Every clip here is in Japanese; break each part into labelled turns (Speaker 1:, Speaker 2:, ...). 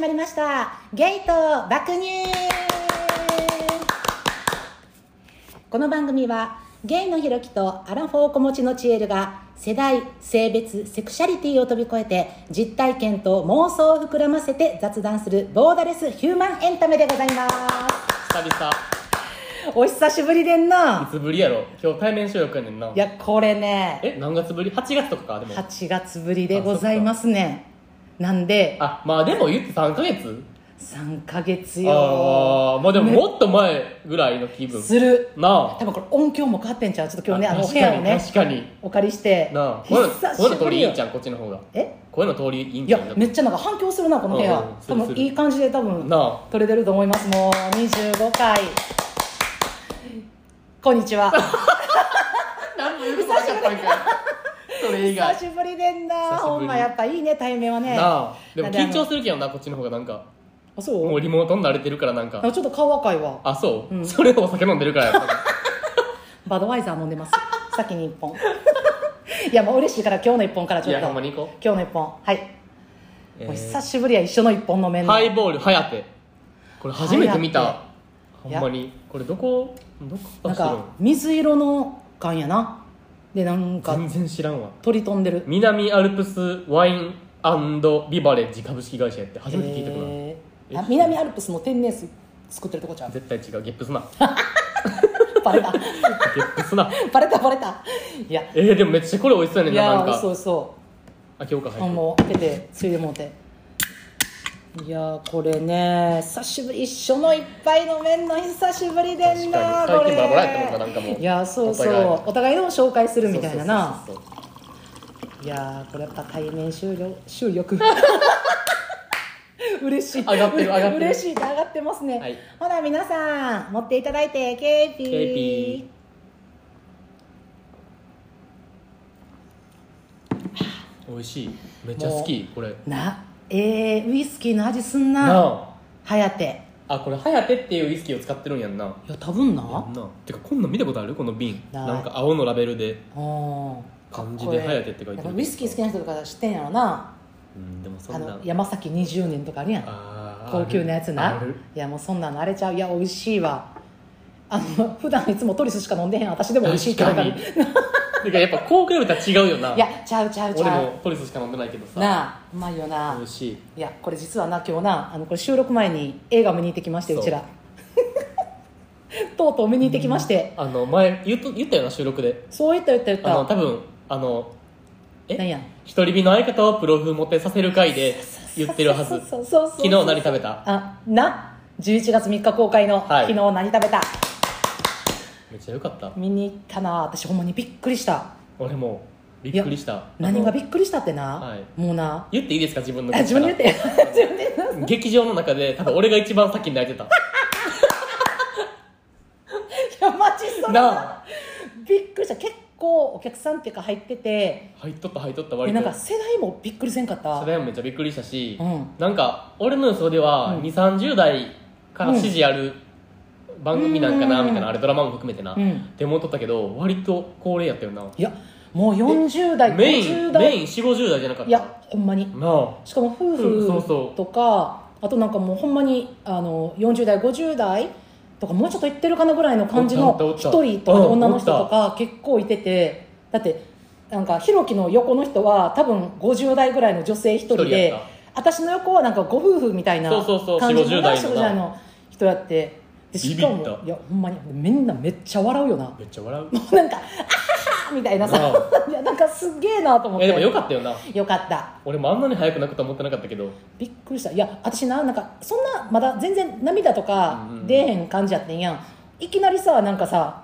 Speaker 1: まりましたゲイと爆乳この番組はゲイのひろきとアラフォー子持ちのチエルが世代性別セクシャリティを飛び越えて実体験と妄想を膨らませて雑談するボーダレスヒューマンエンタメでございます
Speaker 2: 久々
Speaker 1: お久しぶりでん
Speaker 2: い
Speaker 1: な
Speaker 2: つぶりやろ今日対面収録やねんない
Speaker 1: やこれね
Speaker 2: え何月ぶり8月とかかでも
Speaker 1: 8月ぶりでございますねなんで
Speaker 2: あまあでも言って3ヶ月
Speaker 1: 3ヶ月
Speaker 2: あ
Speaker 1: よ
Speaker 2: あまあでももっと前ぐらいの気分
Speaker 1: する
Speaker 2: なあ
Speaker 1: 多分これ音響も変わってんちゃうちょっと今日ねあのお
Speaker 2: 確
Speaker 1: 部
Speaker 2: か
Speaker 1: 屋を
Speaker 2: に
Speaker 1: ね
Speaker 2: 確かに
Speaker 1: お借りして
Speaker 2: なあ声の
Speaker 1: 久
Speaker 2: 声の
Speaker 1: し
Speaker 2: 通
Speaker 1: ぶり
Speaker 2: りいい
Speaker 1: よ
Speaker 2: んちゃんこっちの方が
Speaker 1: え
Speaker 2: 声の通りいいん
Speaker 1: い
Speaker 2: ちゃん
Speaker 1: やめっちゃなんか反響するなこの部
Speaker 2: うんう
Speaker 1: 屋
Speaker 2: んす
Speaker 1: 多
Speaker 2: る
Speaker 1: 分いい感じで多分
Speaker 2: なあ
Speaker 1: 取れてると思いますもう25回こんにち は
Speaker 2: 何も言うことなかったんかいそれ以外
Speaker 1: 久しぶりでんな
Speaker 2: 久しぶり
Speaker 1: ほんまやっぱいいね対面はね
Speaker 2: なあでも
Speaker 1: だってあ
Speaker 2: 緊
Speaker 1: の
Speaker 2: 張するけどなこっちの方がなんか
Speaker 1: あそう
Speaker 2: もうリモートに慣れてるからな
Speaker 1: なん
Speaker 2: ん
Speaker 1: か
Speaker 2: か
Speaker 1: ちょっと顔若いわ
Speaker 2: あそう、
Speaker 1: うん
Speaker 2: それでお酒飲んでるからやっぱり
Speaker 1: バドワイザー飲んでます先に1本 いやもう嬉しいから今日の1本からち
Speaker 2: い
Speaker 1: ょっ
Speaker 2: や
Speaker 1: と
Speaker 2: ほんま
Speaker 1: 今
Speaker 2: に行こ
Speaker 1: 日の1本はい、
Speaker 2: う、
Speaker 1: もう
Speaker 2: えー
Speaker 1: 久しぶりや一緒の1本飲めんの
Speaker 2: ハイボールはやてこれ初めて見た
Speaker 1: 颯
Speaker 2: ほんまにこれどこどこ
Speaker 1: なん
Speaker 2: か知ら
Speaker 1: か
Speaker 2: ん
Speaker 1: 水色の缶やなでなんか
Speaker 2: 全然知らんわ
Speaker 1: 鳥飛んでる
Speaker 2: 南アルプスワインビバレッジ株式会社やって初めて聞いたくない
Speaker 1: へー
Speaker 2: え
Speaker 1: あ南アルプスの天然水作ってるとこちゃう
Speaker 2: 絶対違うゲップすな
Speaker 1: バレた
Speaker 2: ゲップすな
Speaker 1: バレたバレたいや
Speaker 2: えー、でもめっちゃこれ美味しそうやね
Speaker 1: い
Speaker 2: んな
Speaker 1: や
Speaker 2: なん
Speaker 1: そ
Speaker 2: か
Speaker 1: うそ
Speaker 2: あ今日か
Speaker 1: う、
Speaker 2: 入って
Speaker 1: もう開けてついでもうていやーこれね久しぶり一緒の一杯飲めんの久しぶりでん
Speaker 2: 確
Speaker 1: な
Speaker 2: か
Speaker 1: こ
Speaker 2: に最
Speaker 1: れ
Speaker 2: 近バラバラやったもんななんかもう
Speaker 1: いやーそうそう
Speaker 2: お互い
Speaker 1: お互いのを紹介するみたいなな
Speaker 2: そうそうそうそう
Speaker 1: いやーこれやっぱ対面収録収録 嬉しい
Speaker 2: 上がってる上がってる
Speaker 1: 嬉しいって上がってますね、
Speaker 2: はい
Speaker 1: ほな皆さん持っていただいてケーピー
Speaker 2: ケーピ美味しいめっちゃ好きこれ
Speaker 1: なえー、ウイスキーの味すん
Speaker 2: な
Speaker 1: な
Speaker 2: あ
Speaker 1: はやて
Speaker 2: あこれはやてっていうウイスキーを使ってるんやんない
Speaker 1: や多分な
Speaker 2: やんなてかこんなん見たことあるこの瓶
Speaker 1: ない
Speaker 2: なんか青のラベルで
Speaker 1: あー
Speaker 2: 漢字で
Speaker 1: かこいい
Speaker 2: ハヤテって書いてるけど
Speaker 1: やっぱウイスキー好きな人とか知ってんやろな
Speaker 2: うんでもそ
Speaker 1: あ
Speaker 2: んな
Speaker 1: の山崎20年とかあるやん
Speaker 2: あ
Speaker 1: 高
Speaker 2: ー
Speaker 1: 級なやつな
Speaker 2: ある
Speaker 1: いやもうそんなのあれちゃういや美味しいわあの普段いつもトリスしか飲んでへん私でも美味しいってわ かる
Speaker 2: 確てかやっぱこう比べたら違うよない
Speaker 1: やちゃうちゃうち
Speaker 2: 俺
Speaker 1: ゃ
Speaker 2: も
Speaker 1: う
Speaker 2: トリスしか飲んでないけどさ
Speaker 1: なあうまいよな
Speaker 2: 美味しい
Speaker 1: いやこれ実はな今日なあのこれ収録前に映画見に行ってきましてう
Speaker 2: そう
Speaker 1: ちら とうとう見に行ってきまして、
Speaker 2: あの前言っと言ったよな収録で
Speaker 1: そう言った言った言っ
Speaker 2: あの
Speaker 1: た
Speaker 2: 多分あのえ
Speaker 1: 何や
Speaker 2: 一人身の相方をプロフモテさせる回で言ってるはず
Speaker 1: そう
Speaker 2: 昨
Speaker 1: そうそうそう
Speaker 2: 日何食べた
Speaker 1: あな11月3日公開の、
Speaker 2: はい
Speaker 1: 昨日何食べた
Speaker 2: めっちゃよかった
Speaker 1: 見に行ったな私ほんまにびっくりした
Speaker 2: 俺もびっくりした
Speaker 1: 何が
Speaker 2: っ
Speaker 1: びっくりしたってな、
Speaker 2: はい
Speaker 1: もうな
Speaker 2: 言っていいですか自分の
Speaker 1: あ自分で言って 自分で言って
Speaker 2: 劇場の中で多分俺が一番先に泣いてた
Speaker 1: いやマジそれ
Speaker 2: な
Speaker 1: なびっくりした結構お客さんっていうか入ってて
Speaker 2: 入っとった入っとった
Speaker 1: え
Speaker 2: 割
Speaker 1: な
Speaker 2: と
Speaker 1: んか世代もびっくりせんかった
Speaker 2: 世代もめっちゃびっくりしたし、
Speaker 1: うん
Speaker 2: なんか俺の予想では
Speaker 1: うん
Speaker 2: 2 3 0代から支持ある番組なんかな
Speaker 1: うん
Speaker 2: みたいなあれドラマも含めてな、
Speaker 1: うん
Speaker 2: って思っとったけど割と高齢やったよない
Speaker 1: やもう40代
Speaker 2: メイ
Speaker 1: 50
Speaker 2: ンメ
Speaker 1: 代
Speaker 2: イン4 5 0代じゃなかった
Speaker 1: いやほんまに
Speaker 2: なあ
Speaker 1: しかも夫
Speaker 2: うんそう
Speaker 1: 婦
Speaker 2: そう
Speaker 1: とかあとなんかもうほんまにあの40代50代とかもうちょっといってるかなぐらいの感じ
Speaker 2: お
Speaker 1: の
Speaker 2: ったおったおった
Speaker 1: 1人とかで
Speaker 2: うん
Speaker 1: 女の人とか結構いててだってなんかひろきの横の人は多分50代ぐらいの女性1人
Speaker 2: 一人
Speaker 1: で
Speaker 2: やっ
Speaker 1: 私の横はなんかご夫婦みたいな
Speaker 2: そうそうそう
Speaker 1: 感じの
Speaker 2: 40代のな
Speaker 1: 40代の人やってでしか
Speaker 2: ビビっ
Speaker 1: も
Speaker 2: た
Speaker 1: いやほんまにみんなめっちゃ笑うよな
Speaker 2: めっちゃ笑う
Speaker 1: もうなんか「あはは!」みたいなさ
Speaker 2: な
Speaker 1: いやなんかすっげえなと思っ
Speaker 2: え
Speaker 1: て
Speaker 2: でもよかったよな
Speaker 1: よかった
Speaker 2: 俺もあんなに早く泣くとは思ってなかったけど
Speaker 1: びっくりしたいや私ななんかそんなまだ全然涙とか
Speaker 2: うんうん
Speaker 1: 出えへん感じやってんやんいきなりさなんかさ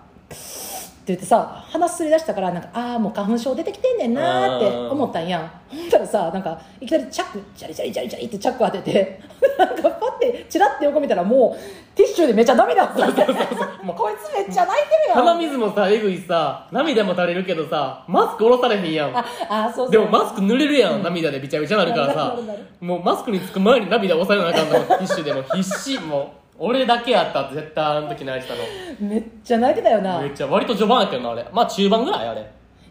Speaker 1: って言ってさ鼻すり出したからなんかああもう花粉症出てきてんねんなーって思ったんやんほんだらさなんかいきなりチャックチャリチャリチャリチャリってチャック当てて なんかパッてチラッて横見たらもうティッシュでめっちゃ涙だったんや
Speaker 2: もう
Speaker 1: こいつめっちゃ泣いてるやん
Speaker 2: 鼻水もさえぐいさ涙も垂れるけどさマスク下ろされへんやん
Speaker 1: ああーそうそう
Speaker 2: でもマスク濡れるやん、涙でびちゃびちゃなるから
Speaker 1: な
Speaker 2: さ
Speaker 1: るなるな
Speaker 2: もうマスクにつく前に涙抑えなあかんのティッシュでも 必死もう俺だけやったって絶対あの時泣いてたの
Speaker 1: めっちゃ泣いてたよな
Speaker 2: めっちゃ割と序盤やったよなあれまあ中盤ぐらいあれ
Speaker 1: い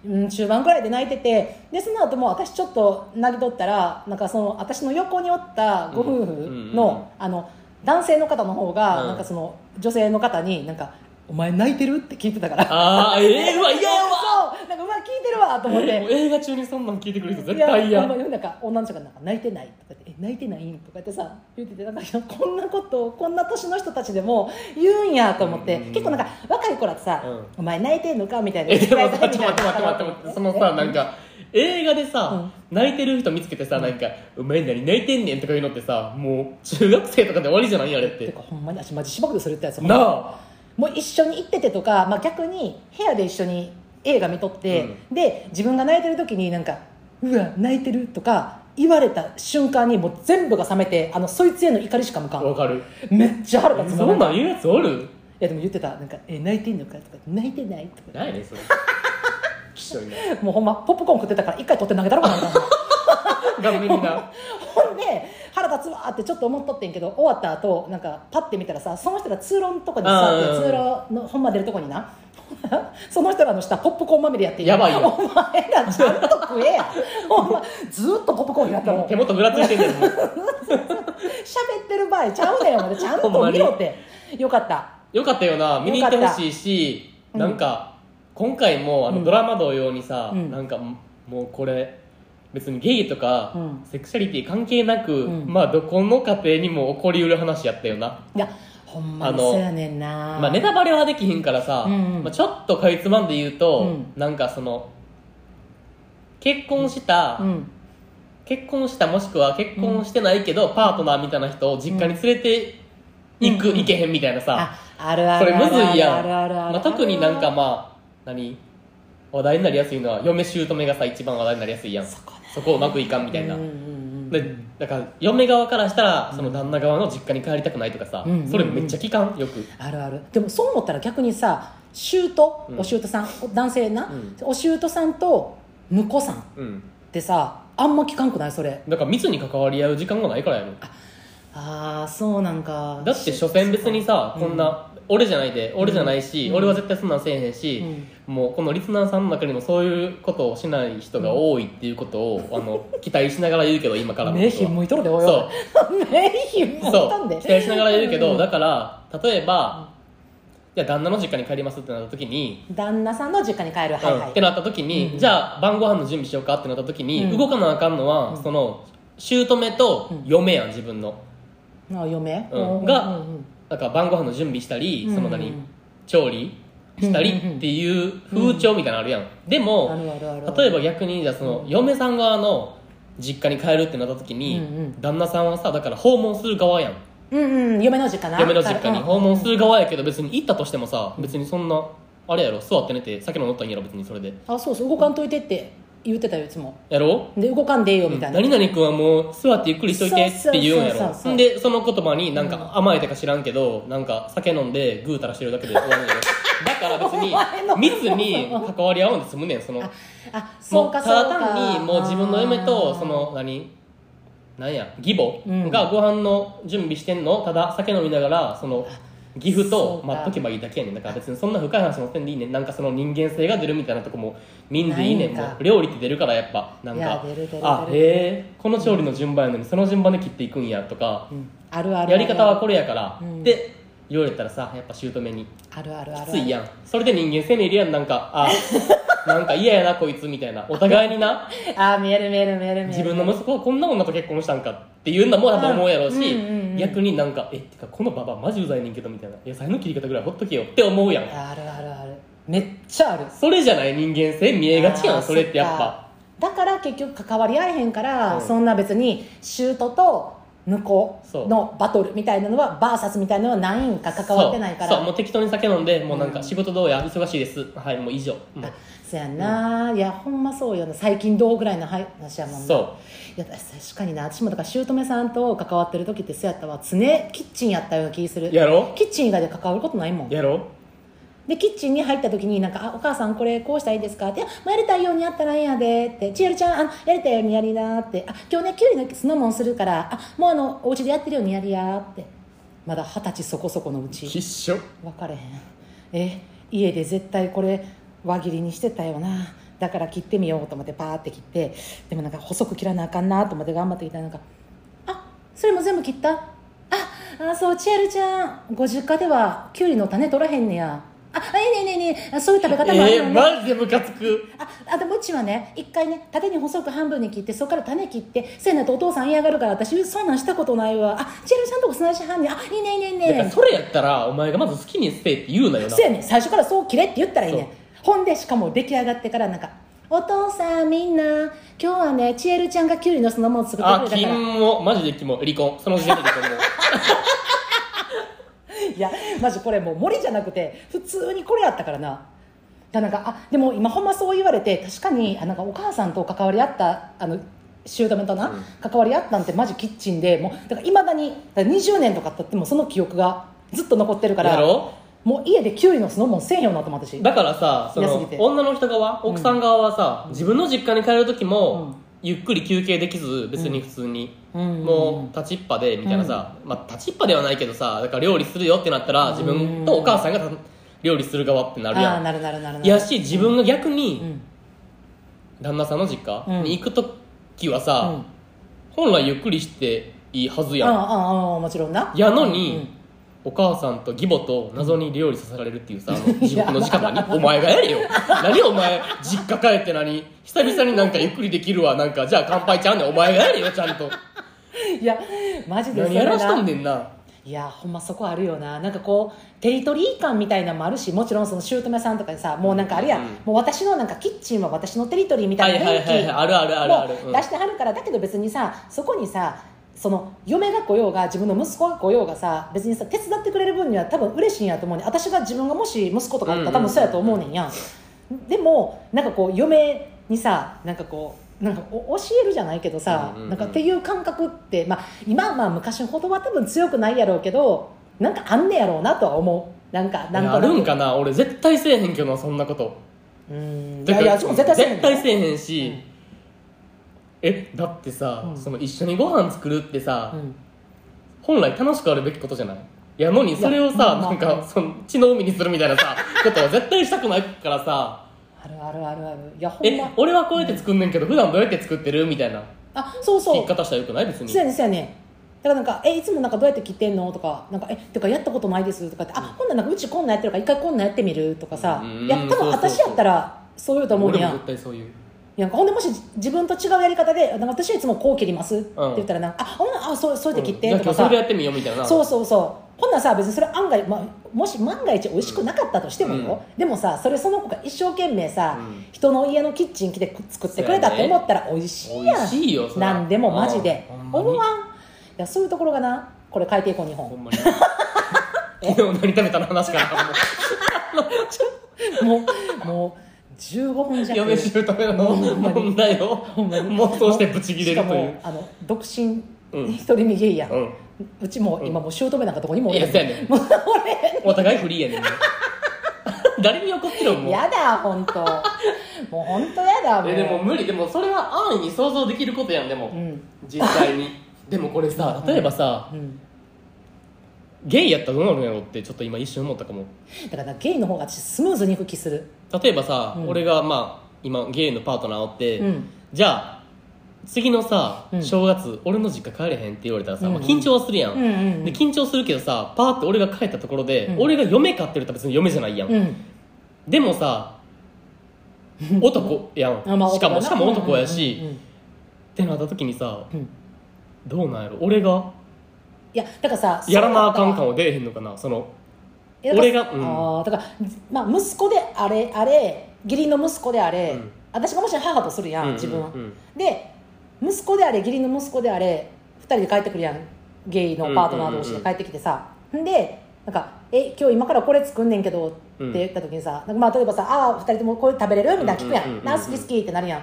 Speaker 1: うん、中盤くらいで泣いててでその後も私ちょっと泣きとったらなんかその私の横におったご夫婦
Speaker 2: うんうんうん
Speaker 1: の,、あの男性の方の方が、
Speaker 2: うん
Speaker 1: なんかその女性の方になんか「お前泣いてる?」って聞いてたから
Speaker 2: ああええうわ嫌やわ
Speaker 1: そうなんかうわ聞いてるわと思っ
Speaker 2: も
Speaker 1: て
Speaker 2: う。映画中にそんなん聞いてくる人絶対
Speaker 1: いやほんま
Speaker 2: 嫌
Speaker 1: になんか女の人がなんか泣いてないとか言ってえ泣いてないんとか言ってさ言っててなんかいやこんなことをこんな年の人たちでも言うんやと思って、
Speaker 2: うん
Speaker 1: 結構なんか若い子らってさ、
Speaker 2: うん
Speaker 1: お前泣いてんのかみたいな
Speaker 2: えでもさちょっと待って待って待って待ってそのさなんか映画でさ、泣いてる人見つけてさ、なんか「お前何泣いてんねん」とか言うのってさもう中学生とかで終わりじゃないあれってて
Speaker 1: かほんまに私マジしばくするってやつ
Speaker 2: なあ
Speaker 1: もう一緒に行っててとか、まあ、逆に部屋で一緒に映画見とって、で自分が泣いてる時になんか「うわ泣いてる」とか言われた瞬間にもう全部が冷めてあのそいつへの怒りしか向かん
Speaker 2: わかる
Speaker 1: めっちゃ腹がつま
Speaker 2: そ
Speaker 1: ら
Speaker 2: ん
Speaker 1: ない
Speaker 2: なん言うやつおる
Speaker 1: いやでも言ってたなんか「え泣いてんのか?」とか「泣いてない?」とか
Speaker 2: ないね んそれきしょいな
Speaker 1: もうほんまポップコーン食ってたから一回取って投げたろかなみたいな
Speaker 2: 画面にな
Speaker 1: ほんで腹立つわーってちょっと思っとってんけど終わった後なんかパッて見たらさその人が通路のとこに
Speaker 2: うん
Speaker 1: さ
Speaker 2: うんうん
Speaker 1: 通路のほんま出るとこにな その人らの下ポップコーンまみれやってん
Speaker 2: やばいよ
Speaker 1: お前らちゃんと食えや ほんまずーっとポップコーンやったの
Speaker 2: 手元ぐらついてんねんも
Speaker 1: 喋
Speaker 2: う
Speaker 1: ってる場合ちゃうねんお前ちゃん
Speaker 2: ほん
Speaker 1: と
Speaker 2: まに
Speaker 1: 見ろってよかった
Speaker 2: よかったよな見に行ってほしいし
Speaker 1: うん
Speaker 2: なんか今回もあ
Speaker 1: うん
Speaker 2: のドラマ同様にさ、
Speaker 1: うん
Speaker 2: なんかもうこれ別にゲイとか、
Speaker 1: うん
Speaker 2: セクシャリティ関係なく、
Speaker 1: うん
Speaker 2: まあどこの家庭にも起こりうる話やったよない
Speaker 1: やほんま
Speaker 2: あ
Speaker 1: に
Speaker 2: の
Speaker 1: そうやねんな
Speaker 2: まあネタバレはできひんからさ、
Speaker 1: うんうん
Speaker 2: まあ、ちょっとかいつまんで言うと、
Speaker 1: うん
Speaker 2: なんかその結婚した、
Speaker 1: うん
Speaker 2: 結婚したもしくは結婚してないけど、パートナーみたいな人を実家に連れて行く、
Speaker 1: うん
Speaker 2: 行けへんみたいなさ、
Speaker 1: ああるあ
Speaker 2: そ
Speaker 1: る
Speaker 2: れ
Speaker 1: ある
Speaker 2: むずいや
Speaker 1: あ
Speaker 2: ん、
Speaker 1: るあるある
Speaker 2: まあ、特になんかまあ何話題になりやすいのは嫁姑がさ一番話題になりやすいやんそ
Speaker 1: そこね
Speaker 2: こうまくいかんみたいな、
Speaker 1: うんうんうん
Speaker 2: でだから嫁側からしたらその旦那側の実家に帰りたくないとかさ、
Speaker 1: うんうんうん
Speaker 2: それめっちゃ聞かんよく
Speaker 1: あるあるでもそう思ったら逆にさ舅と
Speaker 2: うん
Speaker 1: お舅さん、お男性な、
Speaker 2: うん
Speaker 1: お舅さんと婿さんっ
Speaker 2: うん
Speaker 1: てさあんま聞かんくないそれ
Speaker 2: だから密に関わり合う時間がないからやろ
Speaker 1: ああそうなんか
Speaker 2: だって所詮別にさ
Speaker 1: うん
Speaker 2: こんな、俺じゃないで俺じゃないし、
Speaker 1: うん
Speaker 2: 俺は絶対そんなんせえへんし、もうこのリスナーさんの中にもそういうことをしない人が多いっていうことを、あの期待しながら言うけど今からのこと
Speaker 1: 目
Speaker 2: は
Speaker 1: ひんむいとるでおい
Speaker 2: そう
Speaker 1: おい目ひんむいと
Speaker 2: そ
Speaker 1: ん
Speaker 2: う
Speaker 1: で
Speaker 2: 期待しながら言うけど、
Speaker 1: うん
Speaker 2: だから例えば、じゃあ旦那の実家に帰りますってなった時に、
Speaker 1: 旦那さんの実家に帰るはいは
Speaker 2: っ
Speaker 1: い
Speaker 2: てなった時に、
Speaker 1: うん
Speaker 2: じゃあ晩ご飯の準備しようかってなった時に、
Speaker 1: うん
Speaker 2: 動かなあかんの
Speaker 1: う
Speaker 2: は、
Speaker 1: ん
Speaker 2: その姑と嫁やん自分の
Speaker 1: ああ嫁、
Speaker 2: うん
Speaker 1: うん
Speaker 2: が
Speaker 1: うんうん
Speaker 2: だから晩ご飯の準備したり、その何、
Speaker 1: うん
Speaker 2: 調理したり
Speaker 1: うんうんうん
Speaker 2: っていう風潮みたいなのあるやん、で
Speaker 1: あ
Speaker 2: も
Speaker 1: るあるある
Speaker 2: 例えば逆にじゃあその嫁さん側の実家に帰るってなった時に、
Speaker 1: うんうん
Speaker 2: 旦那さんはさだから訪問する側やん
Speaker 1: うんうん嫁の実家な
Speaker 2: 嫁の実家に訪問す
Speaker 1: る
Speaker 2: る側やけど別に行ったとしてもさ別にそんなあれやろ座って寝て酒飲んどったんやろ別にそれで
Speaker 1: あそうそう動かんといてって言ってたよいつも
Speaker 2: やろ
Speaker 1: で動かんでええよみたいな、
Speaker 2: 何々君はもう座ってゆっくりしといてって言うんや
Speaker 1: そうそうそうそ
Speaker 2: ろ
Speaker 1: うん
Speaker 2: でその言葉になんか甘えてか知らんけどなんか酒飲んでぐうたらしてるだけで終わるんやろだから別 に
Speaker 1: お前の
Speaker 2: 密に関わり合うんで済むねんその
Speaker 1: ああそ
Speaker 2: も
Speaker 1: う
Speaker 2: う
Speaker 1: か
Speaker 2: た
Speaker 1: そう
Speaker 2: だ
Speaker 1: か
Speaker 2: 単にもう自分の嫁と
Speaker 1: あー
Speaker 2: その何なんや義母
Speaker 1: うん
Speaker 2: がご飯の準備してんのただ酒飲みながらその義父
Speaker 1: そ
Speaker 2: と
Speaker 1: うか
Speaker 2: 待っとけばいいだけやねんだから別にそんな深い話もせんでいいねんなんかその人間性が出るみたいなとこも見んでいいねん
Speaker 1: ないんか
Speaker 2: もう料理って出るからやっぱなん
Speaker 1: いや
Speaker 2: か
Speaker 1: 出る出る出る
Speaker 2: あへえこの調理の順番やのにその順番で切っていくんやとか
Speaker 1: うんあるある
Speaker 2: やり方はこれやから
Speaker 1: うん
Speaker 2: って言われたらさやっぱ姑に
Speaker 1: あるあるあるあ
Speaker 2: き
Speaker 1: る
Speaker 2: ついやんそれで人間性にいるやんなんかあなんか嫌やなこいつみたいなお互いにな
Speaker 1: あー見える見える見える見える
Speaker 2: 自分の息子はこんな女と結婚したんかっていうのも多分思うやろうし、
Speaker 1: うんうんうん
Speaker 2: 逆になんか「えってかこのババアマジうざいねんけど」みたいな「野菜の切り方ぐらいほっとけよ」って思うやん
Speaker 1: あるあるあるめっちゃある
Speaker 2: それじゃない人間性見えがちや
Speaker 1: あー
Speaker 2: んそれってやっぱ
Speaker 1: そっかだから結局関わり合えへんから、
Speaker 2: うん
Speaker 1: そんな別に舅と婿
Speaker 2: そう
Speaker 1: のバトルみたいなのはバーサスみたいなのは何んか関わってないから
Speaker 2: そうそうもう適当に酒飲んでもうなん
Speaker 1: う
Speaker 2: か
Speaker 1: ん
Speaker 2: 仕事どうや忙しいですはいもう以上、うん
Speaker 1: あそやな、いやほんまそうよな最近どうぐらいの話やもんな
Speaker 2: そ
Speaker 1: いや確かにな私もだから姑さんと関わってる時ってそうやったわ常キッチンやったような気する
Speaker 2: うやろ
Speaker 1: キッチン以外で関わることないもん
Speaker 2: やろ
Speaker 1: でキッチンに入った時になんかあ「お母さんこれこうしたらいいですか?」っていや「まあ、やりたいようにやったらいいんやで」って「千春ちゃんあのやりたいようにやりな」って「あ今日ねきゅうりの酢のもんするからあもうあのお家でやってるようにやりや」ってまだ二十歳そこそこのうち
Speaker 2: 必勝
Speaker 1: 分かれへんえ家で絶対これ輪切りにしてたよなだから切ってみようと思ってパーって切ってでもなんか細く切らなあかんなと思って頑張ってきたらなんか「あそれも全部切ったああそう千春ちゃんご実家ではきゅうりの種取らへんねや」あ「あいいねいいねいいねあそういう食べ方もある
Speaker 2: え
Speaker 1: よね
Speaker 2: ー、」マジでムカつく
Speaker 1: ああでもうちはね一回ね縦に細く半分に切ってそこから種切ってせやないとお父さん嫌がるから私そんなんしたことないわあチェルちゃんとこ砂しはんねんあいいねいいねいい
Speaker 2: だから
Speaker 1: ね
Speaker 2: それやったらお前がまず好きに捨てって言うなよな
Speaker 1: そうやねん最初からそう切れって言ったらいいねん
Speaker 2: そ
Speaker 1: ほ
Speaker 2: う
Speaker 1: んでしかも出来上がってからなんかお父さんみんな今日はねチエルちゃんがきゅうりの酢の物作って
Speaker 2: あ
Speaker 1: くれた
Speaker 2: 金
Speaker 1: から
Speaker 2: もマジで金も離婚その時点で 離婚もう
Speaker 1: いやマジこれもう森じゃなくて普通にこれやったからなだからなんかあでも今ほんまそう言われて確かにあなんかお母さんと関わり合ったあの姑とな、
Speaker 2: うん
Speaker 1: 関わり合ったんってマジキッチンでもうだからいまだにだから20年とか経ってもその記憶がずっと残ってるから
Speaker 2: やろ
Speaker 1: もう家でキュウリの酢のもんせんよなと思ったし
Speaker 2: だからさそ
Speaker 1: 嫌す
Speaker 2: の
Speaker 1: ぎて
Speaker 2: 女の人側奥さん側はさ、自分の実家に帰る時も、
Speaker 1: うん
Speaker 2: ゆっくり休憩できず別に普通に、
Speaker 1: うん
Speaker 2: もう立ちっぱでみたいなさ、まあ、立ちっぱではないけどさだから料理するよってなったら自分とお母さんが料理する側ってなる
Speaker 1: ああ
Speaker 2: や
Speaker 1: ー
Speaker 2: ん
Speaker 1: なるなるなるなる
Speaker 2: いやし自分が逆
Speaker 1: う
Speaker 2: に
Speaker 1: ん
Speaker 2: 旦那さんの実
Speaker 1: う
Speaker 2: 家
Speaker 1: ん
Speaker 2: に行く時は
Speaker 1: う
Speaker 2: さ、
Speaker 1: ん
Speaker 2: 本来ゆっくりしていいはず
Speaker 1: あ
Speaker 2: や
Speaker 1: あ
Speaker 2: ん
Speaker 1: ああもちろんな
Speaker 2: やのに、
Speaker 1: うん
Speaker 2: お母さんと義母と謎に料理させられるっていうさあの地獄の時間何お前がやれよ何お前実家帰って何久々になんかゆっくりできるわなんかじゃあ乾杯ちゃうねんお前がやれよちゃんと
Speaker 1: いやマジで
Speaker 2: 何
Speaker 1: そ
Speaker 2: や
Speaker 1: れな
Speaker 2: らしとんねんない
Speaker 1: やほんまそこあるよななんかこうテリトリー感みたいなのもあるしもちろんその姑さんとかでさもうなんかあれや、
Speaker 2: うん
Speaker 1: もう私のなんかキッチンは私のテリトリーみたいな
Speaker 2: はい
Speaker 1: 雰
Speaker 2: はいはいはいあるあるあるある
Speaker 1: 囲気
Speaker 2: う
Speaker 1: も
Speaker 2: ん
Speaker 1: 出してはるからだけど別にさそこにさその嫁が来ようが自分の息子が来ようがさ別にさ手伝ってくれる分には多分嬉しいんやと思うねん私が自分がもし息子とかおったら多分そうやと思うねんや、でもなんかこう嫁にさなんかこうなんかお教えるじゃないけどさ、
Speaker 2: うんうんうん
Speaker 1: なんかっていう感覚って、まあ、今はまあ昔ほどは多分強くないやろうけどなんかあんねやろうなとは思うなんかなん
Speaker 2: や
Speaker 1: となく
Speaker 2: るんかな俺絶対せえへんけどなそんなこと
Speaker 1: うんい
Speaker 2: だ
Speaker 1: や
Speaker 2: か
Speaker 1: い
Speaker 2: ら
Speaker 1: やそう絶対せえへん
Speaker 2: 絶対せえへんし、
Speaker 1: うん
Speaker 2: えだってさ、
Speaker 1: うん
Speaker 2: その一緒にご飯作るってさ、
Speaker 1: うん
Speaker 2: 本来楽しくあるべきことじゃないやのにそれを
Speaker 1: いや
Speaker 2: さ
Speaker 1: まあま
Speaker 2: な
Speaker 1: あ
Speaker 2: んかその血の海にするみたいな さことは絶対したくないからさ
Speaker 1: あるあるあるあるいやほん
Speaker 2: え
Speaker 1: ま
Speaker 2: 俺はこうやって作んねんけど普段どうやって作ってるみたいな
Speaker 1: あそう
Speaker 2: 聞
Speaker 1: そう
Speaker 2: き方したらよくない別に
Speaker 1: そうやねんそうやねんだからなんか「えいつもなんかどうやって切ってんの?」とか「なんかえてかやったことないです」とかって「あ今度なんかうちこんなんやってるから一回こんなんやってみる」とかさ、
Speaker 2: うん
Speaker 1: いや多
Speaker 2: そうそうそう
Speaker 1: 分私やったらそう言うと思うねんや
Speaker 2: 俺も絶対そういう
Speaker 1: いやほんでもし自分と違うやり方でなんか私はいつもこう切りますって言ったらなんか、あほんなあそうそうやって切って
Speaker 2: うん
Speaker 1: と
Speaker 2: じゃ
Speaker 1: か
Speaker 2: あ今日そ
Speaker 1: さ
Speaker 2: れでやってみようみたいな
Speaker 1: そうそうそうほんならさ別にそれ案外、まあ、もし万が一美味しくなかったとしてもよ、でもさそれその子が一生懸命さ、
Speaker 2: うん
Speaker 1: 人の家のキッチン来てく作ってくれたって思ったら美味しい
Speaker 2: 美
Speaker 1: やん
Speaker 2: 味しいよそれ
Speaker 1: なんでもマジで
Speaker 2: うんほんま
Speaker 1: 思
Speaker 2: に
Speaker 1: わんいやそういうところがなこれ変えていこう日
Speaker 2: ほ
Speaker 1: 本
Speaker 2: ん まに昨日何食べたの話からも
Speaker 1: もうもう15分
Speaker 2: う
Speaker 1: 弱
Speaker 2: 嫁姑の問題を妄想してブチギレるとい
Speaker 1: しか
Speaker 2: う
Speaker 1: もあの独身、
Speaker 2: うん
Speaker 1: 一人右いやん、
Speaker 2: うん
Speaker 1: うちも今もう姑なんかどこにも
Speaker 2: いやそうやねん
Speaker 1: もう俺
Speaker 2: お互いフリーやね んね誰に怒ってるのもう
Speaker 1: やだ本 当もう本当やだもう
Speaker 2: えでも無理でもそれは安易に想像できることやんでも、
Speaker 1: うん
Speaker 2: 実際に でもこれさ例えばさ、
Speaker 1: うん
Speaker 2: ゲイやったらどうなるんやろってちょっと今一瞬思ったかも
Speaker 1: だからゲイの方が私スムーズに復帰する
Speaker 2: 例えばさ、
Speaker 1: うん
Speaker 2: 俺がまあ今ゲイのパートナーおって、
Speaker 1: うん
Speaker 2: じゃあ次のさ、
Speaker 1: うん
Speaker 2: 正月俺の実家帰れへんって言われたらさ、
Speaker 1: うん
Speaker 2: まあ、緊張はするやん、
Speaker 1: うんうん
Speaker 2: で緊張するけどさパーって俺が帰ったところで、
Speaker 1: うん
Speaker 2: 俺が嫁買ってると別に嫁じゃないやん、
Speaker 1: うん
Speaker 2: でもさ男や ん、
Speaker 1: あまあ
Speaker 2: しかも
Speaker 1: 男だな
Speaker 2: しかも男やし、
Speaker 1: うんうんうん
Speaker 2: ってなった時にさ
Speaker 1: うんうん
Speaker 2: どうなんやろ俺が
Speaker 1: いやだからさ
Speaker 2: やらなあかん感
Speaker 1: も
Speaker 2: は出えへんのかなその俺
Speaker 1: 俺
Speaker 2: が
Speaker 1: が、
Speaker 2: うん
Speaker 1: あーだから、まあ、息子であれあれ義理の息子であれ、
Speaker 2: うん
Speaker 1: 私がもし母とするやん、自分は、
Speaker 2: うんうん
Speaker 1: で息子であれ義理の息子であれ2人で帰ってくるやんゲイのパートナー同士で帰ってきてさ、んでなんか「え今日今からこれ作んねんけど」って言った時にさ、なんかまあ、例えばさ「ああ2人ともこれ食べれる?」みたいな聞くや
Speaker 2: うんうんうんうん
Speaker 1: 「
Speaker 2: ん
Speaker 1: なあ好き好き」ってなるやん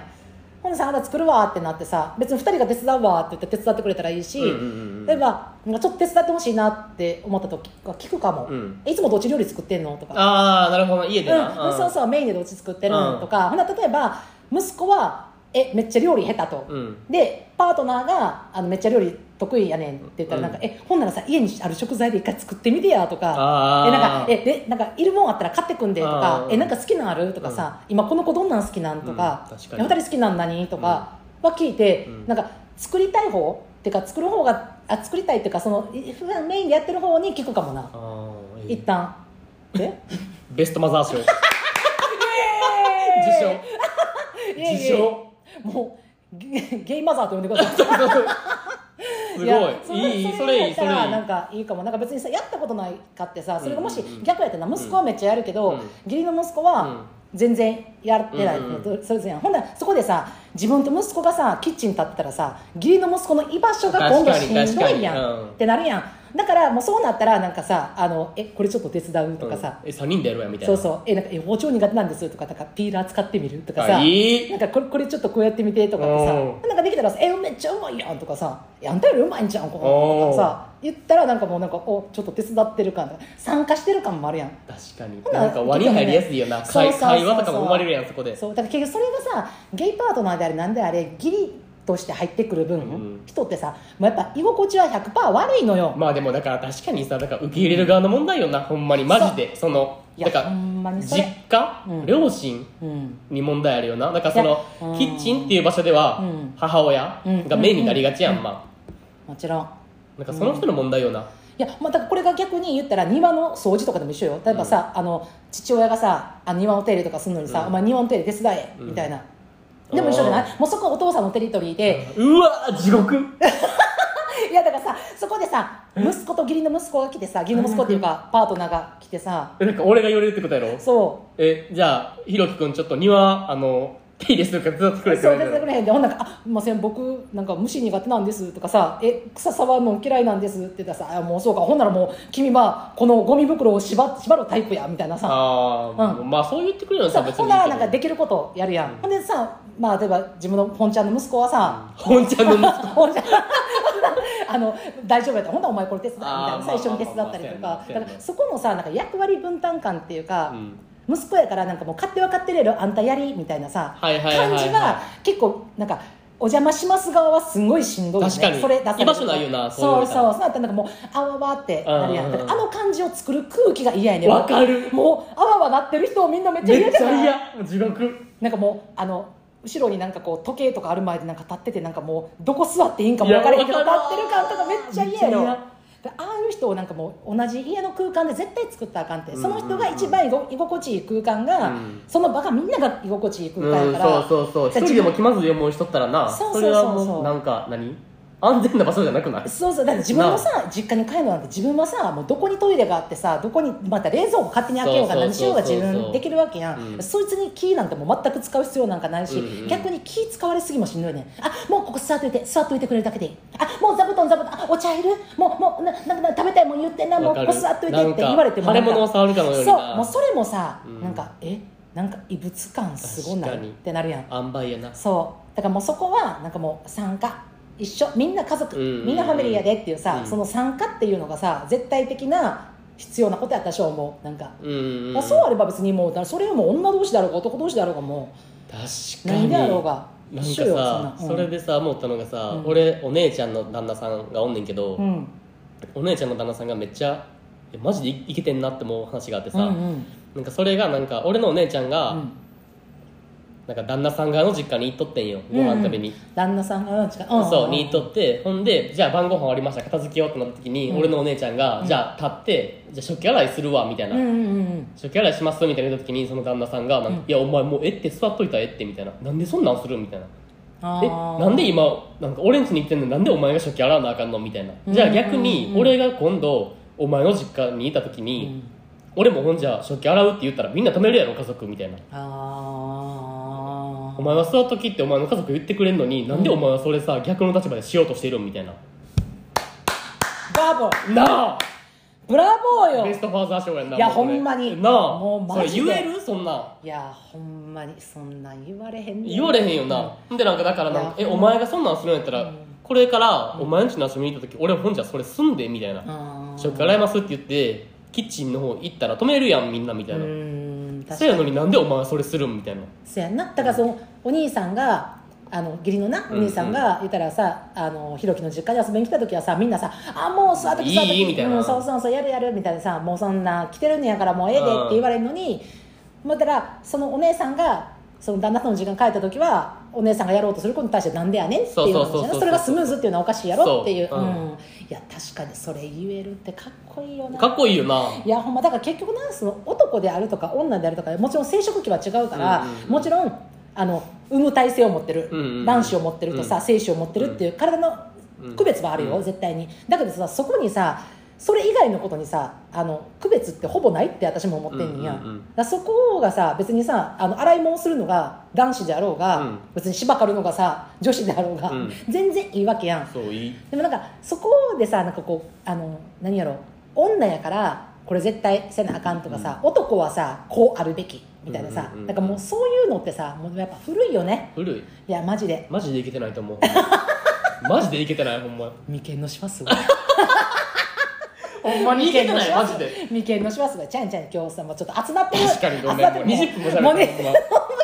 Speaker 1: ほんでさ「あなた作るわ」ってなってさ別に2人が手伝うわって言って手伝ってくれたらいいし、
Speaker 2: うんうんうんうん
Speaker 1: 例えばなんかちょっと手伝ってほしいなって思った時は聞くかも、
Speaker 2: うん
Speaker 1: えいつもどっち料理作ってんのとか
Speaker 2: ああなるほど家でな、
Speaker 1: うん、そうそうメインでどっち作ってるのとか、ほな例えば息子はえめっちゃ料理下手と、
Speaker 2: うん
Speaker 1: でパートナーがあのめっちゃ料理得意やねんって言ったらなんか、えほんならさ家にある食材で一回作ってみてやとか
Speaker 2: あー
Speaker 1: えなんかえでなんかいるもんあったら買ってくんでと
Speaker 2: あ
Speaker 1: か
Speaker 2: ー
Speaker 1: えなんか好きなんあるとかさ、今この子どんなん好きなんとか,、
Speaker 2: うん確か
Speaker 1: え
Speaker 2: に
Speaker 1: 二人好きなん何とかは聞いて、
Speaker 2: うん
Speaker 1: なんか作りたい方っていうか作る方があ作りたいっていうかそのい普段メインでやってる方に聞くかもな、
Speaker 2: あーえー
Speaker 1: 一旦え
Speaker 2: ベストマザー賞受賞
Speaker 1: いえいえ
Speaker 2: 自称
Speaker 1: もうゲ ゲイマザーと呼んでください
Speaker 2: す
Speaker 1: や
Speaker 2: ごいいいそ
Speaker 1: それ
Speaker 2: れ
Speaker 1: い
Speaker 2: いい
Speaker 1: い
Speaker 2: そ
Speaker 1: そ
Speaker 2: れ
Speaker 1: れ
Speaker 2: いい
Speaker 1: なんかいいかもなんか別にさやったことないかってさそれがもし
Speaker 2: うんうんうん
Speaker 1: 逆やったら息子はめっちゃやるけど、
Speaker 2: うん
Speaker 1: 義理の息子は全然やってない、
Speaker 2: うん
Speaker 1: それぞれやんほんならそこでさ自分と息子がさキッチン立ってたらさ義理の息子の居場所が今度しん
Speaker 2: 確かに
Speaker 1: どいやん、
Speaker 2: 確かにうん
Speaker 1: ってなるやんだからもうそうなったらなんかさあのえこれちょっと手伝うとかさ、
Speaker 2: うんえ3人でやろうやみたい
Speaker 1: そ
Speaker 2: な
Speaker 1: うそうえなんかえ包丁苦手なんですとかなんかピーラー使ってみるとか
Speaker 2: あ
Speaker 1: さ
Speaker 2: いい
Speaker 1: なんかこれこれちょっとこうやってみてとかって
Speaker 2: う
Speaker 1: さなんかできたらさ「えめっちゃうまいやん」とかさ「えあんたよりうまいんじゃうんこ
Speaker 2: おー
Speaker 1: こ」とかさ言ったらなんかもうなんかおちょっと手伝ってる感とか参加してる感もあるやん
Speaker 2: 確か
Speaker 1: ほ
Speaker 2: に
Speaker 1: な
Speaker 2: なんか輪に入りやすいよな
Speaker 1: そうそうそ
Speaker 2: 会
Speaker 1: うそう
Speaker 2: 会話とかも生まれるやんそこで
Speaker 1: そうだから結局それがさゲイパートナーであれなんであれギリとして入ってくる分、
Speaker 2: ん
Speaker 1: 人ってさもうやっぱ居心地は100%悪いのよ、
Speaker 2: まあでもだから確かにさだから受け入れる側の問題よなほんまにマジでその
Speaker 1: い
Speaker 2: だ
Speaker 1: や
Speaker 2: か
Speaker 1: ほんま
Speaker 2: ら
Speaker 1: にそ
Speaker 2: 実
Speaker 1: れ
Speaker 2: 家
Speaker 1: うん
Speaker 2: 両親
Speaker 1: うん
Speaker 2: に問題あるよなだからそ
Speaker 1: いやう
Speaker 2: の
Speaker 1: ん
Speaker 2: キッチンっていう場所では
Speaker 1: うん
Speaker 2: 母親がメインになりがちやんま
Speaker 1: もちろん
Speaker 2: あなんかその人の問題よない
Speaker 1: や、まあ、だからこれが逆に言ったら庭の掃除とかでも一緒よ例えばさ、あの父親がさあの庭の手入れとかするのにさ、
Speaker 2: うん
Speaker 1: お前庭の手入れ手伝え、
Speaker 2: うん
Speaker 1: みたいなでも一緒じゃ
Speaker 2: あ
Speaker 1: ないもうそこはお父さんのテリトリーで、
Speaker 2: うわ地 獄
Speaker 1: いやだからさそこでさ息子と義理の息子が来てさ義理の息子っていうかパートナーが来てさ
Speaker 2: なんか俺が言われるってことやろ
Speaker 1: そ
Speaker 2: えじゃあひろきくんちょっと庭あの手入れするから手伝ってく
Speaker 1: う
Speaker 2: れって言
Speaker 1: そう
Speaker 2: わ
Speaker 1: 出
Speaker 2: れ
Speaker 1: てく
Speaker 2: る
Speaker 1: れへんでほんなんか「あすいません僕なんか虫苦手なんです」とかさ「え草触るの嫌いなんです」って言ったらさあ「もうそうかほんならもう君はこのゴミ袋を縛縛るタイプや」みたいなさ
Speaker 2: ああ、
Speaker 1: う
Speaker 2: まあそう言ってくれるの
Speaker 1: そ
Speaker 2: さ
Speaker 1: う
Speaker 2: 別
Speaker 1: ほ
Speaker 2: に
Speaker 1: ん
Speaker 2: いい
Speaker 1: なら
Speaker 2: け
Speaker 1: なんか
Speaker 2: ど
Speaker 1: できることやるやん、ほんでさまあ例えば自分の本ちゃんの息子はさ、
Speaker 2: 本ちゃんの 息子
Speaker 1: ほんちゃんあの大丈夫やったらほんならお前これ手伝いみたい
Speaker 2: あー
Speaker 1: な最初に手伝ったりと
Speaker 2: まあ
Speaker 1: か
Speaker 2: まあまあそうや
Speaker 1: だ
Speaker 2: なそうやな
Speaker 1: からそこのさなんか役割分担感っていうか
Speaker 2: う、ん
Speaker 1: 息子やからなんかもう勝手は勝手れるあんたやりみたいなさ、
Speaker 2: はいはいはいはい
Speaker 1: 感じは結構なんかお邪魔します側はすごいしんどいよね
Speaker 2: 確かに
Speaker 1: それ出されると
Speaker 2: 居場所ないよなそう言
Speaker 1: そ
Speaker 2: わ
Speaker 1: うそう
Speaker 2: れたら
Speaker 1: そうなったらなんかもうあわわってなるやん,、
Speaker 2: うんうんうん
Speaker 1: あの感じを作る空気が嫌やねん
Speaker 2: わかる
Speaker 1: もうあわわなってる人をみんなめっちゃ嫌
Speaker 2: めっ
Speaker 1: じ
Speaker 2: ち
Speaker 1: ゃない
Speaker 2: ゃ嫌もう地獄
Speaker 1: なんかもうあの後ろになんかこう時計とかある前でなんか立っててなんかもうどこ座っていいんかも分からへんけど
Speaker 2: い
Speaker 1: 立
Speaker 2: やわか
Speaker 1: って
Speaker 2: る
Speaker 1: る感とかめっちゃ嫌や
Speaker 2: めっ
Speaker 1: ろ
Speaker 2: ちゃ
Speaker 1: でああいう人をなんかもう同じ家の空間で絶対作ったらあかんって
Speaker 2: うん
Speaker 1: その人が一番居ご居心地いい空間が、
Speaker 2: うん
Speaker 1: その場がみんなが居心地いい空間
Speaker 2: う
Speaker 1: や
Speaker 2: ん、
Speaker 1: から、
Speaker 2: そうそうそう
Speaker 1: だ
Speaker 2: 一
Speaker 1: から
Speaker 2: 人でも気まずい思いしとったらな
Speaker 1: そうそうそうそう
Speaker 2: れはもうなんか何安全な場所じゃなくない
Speaker 1: そうそうだって自分のさ実家に帰るのなんて自分はさもうどこにトイレがあってさどこにまた冷蔵庫勝手に開けようが
Speaker 2: そうそう
Speaker 1: 何しようが
Speaker 2: そう
Speaker 1: 自
Speaker 2: そう
Speaker 1: 分できるわけやん、
Speaker 2: うん
Speaker 1: そいつにキーなんてもう全く使う必要なんかないし、
Speaker 2: うんうん
Speaker 1: 逆に気使われすぎもしんどいねんあもうここ座っといて座っといてくれるだけでいいあもう座布団座布団あお茶いるもうもうななんか食べたいもん言ってんなもうこ
Speaker 2: わ
Speaker 1: こ
Speaker 2: かる
Speaker 1: 座っといてって言われてもな
Speaker 2: 腫れ
Speaker 1: んか
Speaker 2: 物を触るかのように
Speaker 1: そうもう
Speaker 2: な
Speaker 1: それもさ、
Speaker 2: うん
Speaker 1: なんかえなんか異物感すごな
Speaker 2: 確
Speaker 1: い
Speaker 2: かに
Speaker 1: ってなるやん
Speaker 2: 塩梅やな
Speaker 1: そうだからもうそこはなんかもう参加一緒みんな家族、
Speaker 2: うんうんうん
Speaker 1: みんなファミリーやでっていうさ、
Speaker 2: うん
Speaker 1: その参加っていうのがさ絶対的な必要なことやったでしょもうなんか,、
Speaker 2: うんうんうん
Speaker 1: だからそうあれば別にもうだからそれはもう女同士であろうが男同士であろうがも
Speaker 2: 確
Speaker 1: う
Speaker 2: かに
Speaker 1: 何であろうが
Speaker 2: なんか
Speaker 1: 一緒よ
Speaker 2: さ
Speaker 1: ん
Speaker 2: それでさ思ったのがさ、
Speaker 1: うん
Speaker 2: 俺お姉ちゃんの旦那さんがおんねんけど、
Speaker 1: うん、うん
Speaker 2: お姉ちゃんの旦那さんがめっちゃえマジでいいけてんなって思う話があってさ、
Speaker 1: うんうん
Speaker 2: なんかそれがなんか俺のお姉ちゃんが、
Speaker 1: うん
Speaker 2: なんか旦那さん側の実家に行っとってんよ
Speaker 1: うん
Speaker 2: ご
Speaker 1: うん
Speaker 2: 飯食べに、
Speaker 1: 旦那さんがなんちか、
Speaker 2: そうに行っとってほんでじゃあ晩ご飯終わりました片付けようってなった時に、
Speaker 1: うん
Speaker 2: 俺のお姉ちゃんが、
Speaker 1: うん
Speaker 2: じゃあ立ってじゃあ食器洗いするわみたいな、
Speaker 1: うんうんうん
Speaker 2: 食器洗いしますみたいな言った時にその旦那さんがなんか
Speaker 1: うん
Speaker 2: いやお前もうえって座っといたらえって」みたいな「なんでそんなんする?」みたいな
Speaker 1: あ
Speaker 2: え
Speaker 1: ー
Speaker 2: なんで今なんか俺んちに行ってんのになんでお前が食器洗わなあかんのみたいなじゃあ逆
Speaker 1: うん
Speaker 2: に
Speaker 1: うんうん
Speaker 2: 俺が今度お前の実家にいた時
Speaker 1: う
Speaker 2: に、
Speaker 1: ん
Speaker 2: 俺もほんじゃ食器洗うって言ったらみんな止めるやろ家族みたいな
Speaker 1: あ
Speaker 2: お前は座っときってお前の家族言ってくれんのになんでお前はそれさ逆の立場でしようとしてるんみたいな
Speaker 1: ーバーボー
Speaker 2: なあ
Speaker 1: ブラボーよ
Speaker 2: ベストファーザー賞やんない
Speaker 1: や
Speaker 2: もうこれ
Speaker 1: ほんまに
Speaker 2: なあ
Speaker 1: もうマジで
Speaker 2: それ言えるそんない
Speaker 1: やほんまにそんなん言われへん
Speaker 2: 言われへんよな、でなんかだからなんか
Speaker 1: い
Speaker 2: え
Speaker 1: や
Speaker 2: お前がそんなんするんやったら、
Speaker 1: うん
Speaker 2: これからお前んちの遊びに行った時俺ほんじゃそれすんでみたいな、
Speaker 1: うん
Speaker 2: 食器洗いますって言ってキッチンの方行ったら止めるやんみんなみた
Speaker 1: う
Speaker 2: いな、
Speaker 1: ん確
Speaker 2: そ
Speaker 1: か
Speaker 2: や
Speaker 1: に
Speaker 2: のになんでお前はそれするんみたいな
Speaker 1: そうやんなだからそのお兄さんがあの義理のな
Speaker 2: う
Speaker 1: お
Speaker 2: ん
Speaker 1: 兄さんが言ったらさ、あのひろきの実家に遊びに来た時はさみんなさ「あもう座って座って
Speaker 2: いいみたいな
Speaker 1: うん、そうそうそうやるやる」みたいなさ「もうそんな来てるんやからもうええで」っ
Speaker 2: うん
Speaker 1: て言われるのにまあだからそのお姉さんがその旦那さんの時間帰った時はお姉さんがやろうとすることに対してなんでやねんっていう話
Speaker 2: そうそ
Speaker 1: じ
Speaker 2: うそう
Speaker 1: ゃ
Speaker 2: そう
Speaker 1: それがスムーズっていうのはおかしいやろっていう
Speaker 2: そう
Speaker 1: う
Speaker 2: うん
Speaker 1: ん、いや確かにそれ言えるってかっこいいよな
Speaker 2: かっこいいよない
Speaker 1: やほんまだから結局なその男であるとか女であるとかもちろん生殖器は違うから、
Speaker 2: うんうんうん
Speaker 1: もちろんあの産む体性を持ってる、
Speaker 2: うんうんうん
Speaker 1: 卵子を持ってるとさ、
Speaker 2: うん
Speaker 1: 精子を持ってるっていう体の
Speaker 2: うん
Speaker 1: 区別はあるよ、
Speaker 2: うん
Speaker 1: 絶対にだけどさそこにさそれ以外のことにさあの区別ってほぼないって私も思ってんねんや、
Speaker 2: うんうんうん
Speaker 1: だからそこがさ別にさあの洗い物をするのが男子であろうが、
Speaker 2: うん
Speaker 1: 別に芝刈るのがさ女子であろうが、
Speaker 2: うん
Speaker 1: 全然いいわけやん
Speaker 2: そういい
Speaker 1: でもなんかそこでさなんかこうあの何やろ女やからこれ絶対せなあかんとかさ、男はさこうあるべきみたいなさ、
Speaker 2: うんうんうん
Speaker 1: なんかもうそういうのってさもうやっぱ古いよね
Speaker 2: 古い
Speaker 1: いやマジで
Speaker 2: マジでいけてない と思うマジでいけてないほんま
Speaker 1: 眉間のし ます
Speaker 2: ほんまにいけてないマジで
Speaker 1: 眉間のしますがちゃんちゃん今日さもうちょっと集まってる
Speaker 2: 確かにごめん
Speaker 1: 集まってる
Speaker 2: もう20分も喋った
Speaker 1: もうね
Speaker 2: ほんま
Speaker 1: ほんま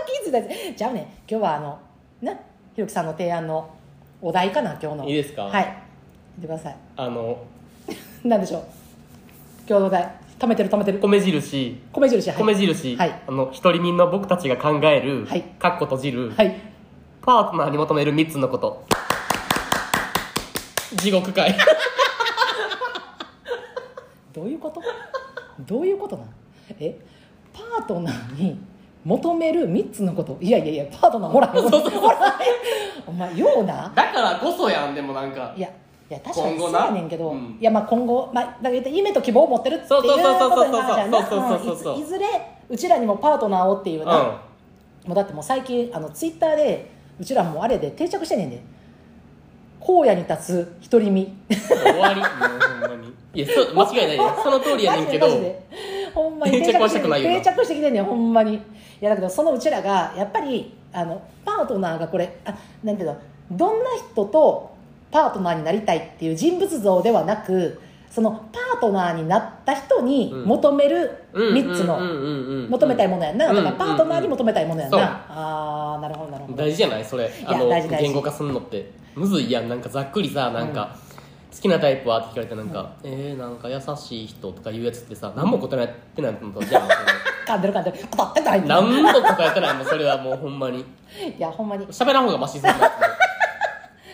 Speaker 1: 気づいたやつじゃあね今日はあのなひろきさんの提案のお題かな今日の
Speaker 2: いいですか
Speaker 1: はい言ってください
Speaker 2: あの
Speaker 1: 何でしょう今日のお題止めてる止めてる
Speaker 2: 米印
Speaker 1: 米印はい
Speaker 2: 米印、
Speaker 1: はい
Speaker 2: あの独り身の僕たちが考える、
Speaker 1: はい
Speaker 2: かっこ閉じる、
Speaker 1: はい
Speaker 2: パートナーに求める3つのこと地獄界
Speaker 1: どういうことどういうことなんえパートナーに求める3つのこといやいやいやパートナーほらほらお前ような
Speaker 2: だからこそやんでもなんか
Speaker 1: いやいや確かに
Speaker 2: 今
Speaker 1: そ
Speaker 2: 後
Speaker 1: う
Speaker 2: な
Speaker 1: やねんけど、
Speaker 2: うん
Speaker 1: いやまあ今後、まあ、だから言って夢と希望を持ってるっていう
Speaker 2: そう
Speaker 1: こと
Speaker 2: そう
Speaker 1: に
Speaker 2: そうそうそう
Speaker 1: なるじゃんな
Speaker 2: そうそうそうそうそう
Speaker 1: うんいずいずれうちらにもパートナーをっていう
Speaker 2: うん
Speaker 1: な、もうだってもう最近あのツイッターでうちらもうあれで定着してんねんで荒野に立つ独り身
Speaker 2: 終わりもうほんまにいやそう間違いないよその通りやねんけど
Speaker 1: マジでマジでほんまに
Speaker 2: 定着はしたくないよな
Speaker 1: 定着してきてんねんほんまにいやだけどそのうちらがやっぱりあのパートナーがこれあなんていうのどんな人とパートナーになりたいっていう人物像ではなくそのパートナーになった人に
Speaker 2: うん
Speaker 1: 求める
Speaker 2: うん
Speaker 1: 3つ
Speaker 2: うん
Speaker 1: の
Speaker 2: うんうんうん
Speaker 1: 求めたいものやんなだからパートナーに求めたいものやんな、
Speaker 2: うんうんうん
Speaker 1: ああなるほどなるほど
Speaker 2: 大事じゃないそれあの
Speaker 1: 大事大事
Speaker 2: 言語化すんのってむずいやんなんかざっくりさなんか、好きなタイプはって聞かれてなんか、えー、なんか優しい人とかいうやつってさ何も答えてないのとじゃあ
Speaker 1: 噛んでる噛んでる語ってない
Speaker 2: それ何も答えてないもんそれはもうほんまに
Speaker 1: いやほんまに
Speaker 2: 喋らん方がマシす ぎま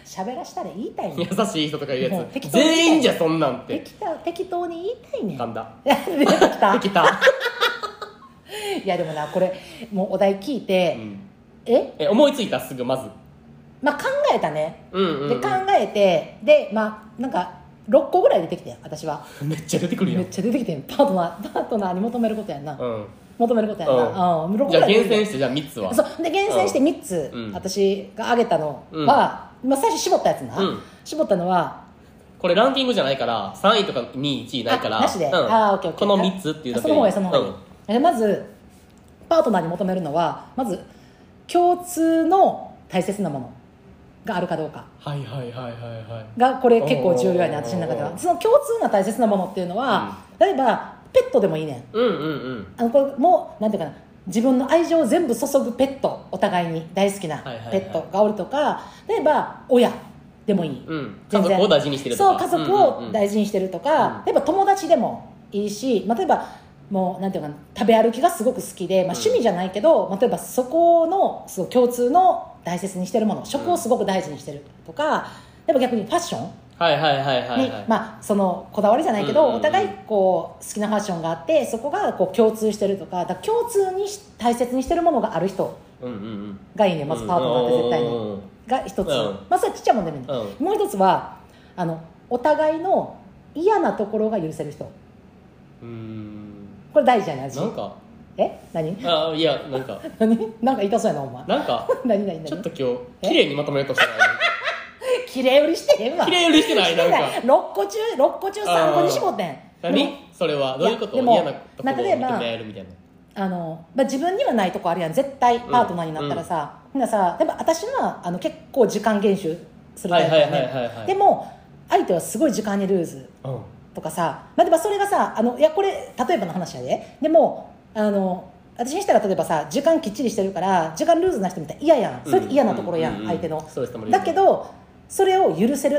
Speaker 2: す
Speaker 1: 喋らしたら言いたいねん
Speaker 2: 優しい人とかいう
Speaker 1: も
Speaker 2: や
Speaker 1: う
Speaker 2: つ
Speaker 1: 適当に
Speaker 2: 全員じゃそんなんて
Speaker 1: 適当適当に言いたいねん
Speaker 2: 噛んだ
Speaker 1: 出てきた
Speaker 2: できた、
Speaker 1: いやでもなこれもうお題聞いて、
Speaker 2: うん
Speaker 1: え
Speaker 2: え思いついたすぐまず
Speaker 1: まあ考えたね、
Speaker 2: うんうん、う
Speaker 1: で考えてでまあなんか6個ぐらい出てきてん私は
Speaker 2: ん、めっちゃ出てくるや
Speaker 1: め
Speaker 2: ん
Speaker 1: っちゃ出てきてんパートナーパートナーに求めることやんな、
Speaker 2: うん
Speaker 1: 求めることやんな、うん
Speaker 2: う
Speaker 1: 6
Speaker 2: ん
Speaker 1: 個
Speaker 2: じ
Speaker 1: ぐ
Speaker 2: ゃあ
Speaker 1: らい出てきて
Speaker 2: 厳選
Speaker 1: ん
Speaker 2: してじゃあ3つは
Speaker 1: そうで厳選して3つ、
Speaker 2: うん
Speaker 1: 私が挙げたのは、まあ、最初絞ったやつな、
Speaker 2: うん
Speaker 1: 絞ったのは
Speaker 2: これランキングじゃないから3位とか2位1位ないから
Speaker 1: あなしで、
Speaker 2: うん
Speaker 1: あーオッケーオッケ
Speaker 2: こ
Speaker 1: ー
Speaker 2: の3つっていうだけ
Speaker 1: その方がいいその方がいい、
Speaker 2: うん
Speaker 1: えまずパートナーに求めるのはまず共通の大切なものがあるかどうか
Speaker 2: はいはいはいはいはい
Speaker 1: がこれ結構重要やね
Speaker 2: おー
Speaker 1: 私の中ではその共通な大切なものっていうのは、例えばペットでもいいねん
Speaker 2: うんうんうん
Speaker 1: あのこれもうなんていうかな自分の愛情を全部注ぐペットお互いに大好きな
Speaker 2: はいはいはい
Speaker 1: ペットがおるとか、例えば親でもいい、
Speaker 2: うん家
Speaker 1: 全然
Speaker 2: 族を大事にしてると
Speaker 1: そう
Speaker 2: か
Speaker 1: 家族を
Speaker 2: 事
Speaker 1: 大事にしてるとか、
Speaker 2: うん
Speaker 1: 例えば友達でもいいし、まあ、例えばもうなんていうかな食べ歩きがすごく好きで、まあ、趣味じゃないけど、まあ、例えばそこのそう共通の大切にしてるもの食をすごく大事にしてるとか、でも逆にファッション
Speaker 2: はいはいはいはいはい
Speaker 1: に、まあ、そのこだわりじゃないけど、
Speaker 2: うんうんうん
Speaker 1: お互いこう好きなファッションがあってそこがこう共通してるとかだから共通にし大切にしてるものがある人
Speaker 2: うんうんうん
Speaker 1: がいいねまずパートナーって絶対に。
Speaker 2: うんうん
Speaker 1: が一つ、
Speaker 2: うん
Speaker 1: まあそれはちっちゃいもんでもいいね、
Speaker 2: う
Speaker 1: もう一つはあのお互いの嫌なところが許せる人
Speaker 2: うん
Speaker 1: これ大事じゃない私
Speaker 2: なんか
Speaker 1: え何
Speaker 2: あーいやなんか
Speaker 1: 何 なんか痛そうやなお前
Speaker 2: なんか
Speaker 1: 何何何
Speaker 2: ちょっと今日綺麗にまとめようとしたらなんか
Speaker 1: 綺麗売り してへんわ
Speaker 2: 綺麗売りしてないなんか
Speaker 1: 6個中6個中3個に絞ってんでも
Speaker 2: 何それはどういうこと
Speaker 1: いやでも
Speaker 2: 嫌なとこ
Speaker 1: ま
Speaker 2: ろ
Speaker 1: あ
Speaker 2: を
Speaker 1: 例えば
Speaker 2: 認め合えるみたいな
Speaker 1: あの、まあ、自分にはないとこあるやん絶対パートナーになったらさ、ほんならさでも私はあの結構時間厳守するタイプや
Speaker 2: はいはいはいはいは
Speaker 1: ね
Speaker 2: い
Speaker 1: でも相手はすごい時間にルーズ
Speaker 2: うん
Speaker 1: とかさ、まあ、でもそれがさあのいやこれ例えばの話やででもあの私にしたら例えばさ時間きっちりしてるから時間ルーズな人みたい嫌やんそれって嫌なところや
Speaker 2: うんうん
Speaker 1: ん
Speaker 2: うん
Speaker 1: 相手の
Speaker 2: そうですたまに
Speaker 1: だけどそれを許せる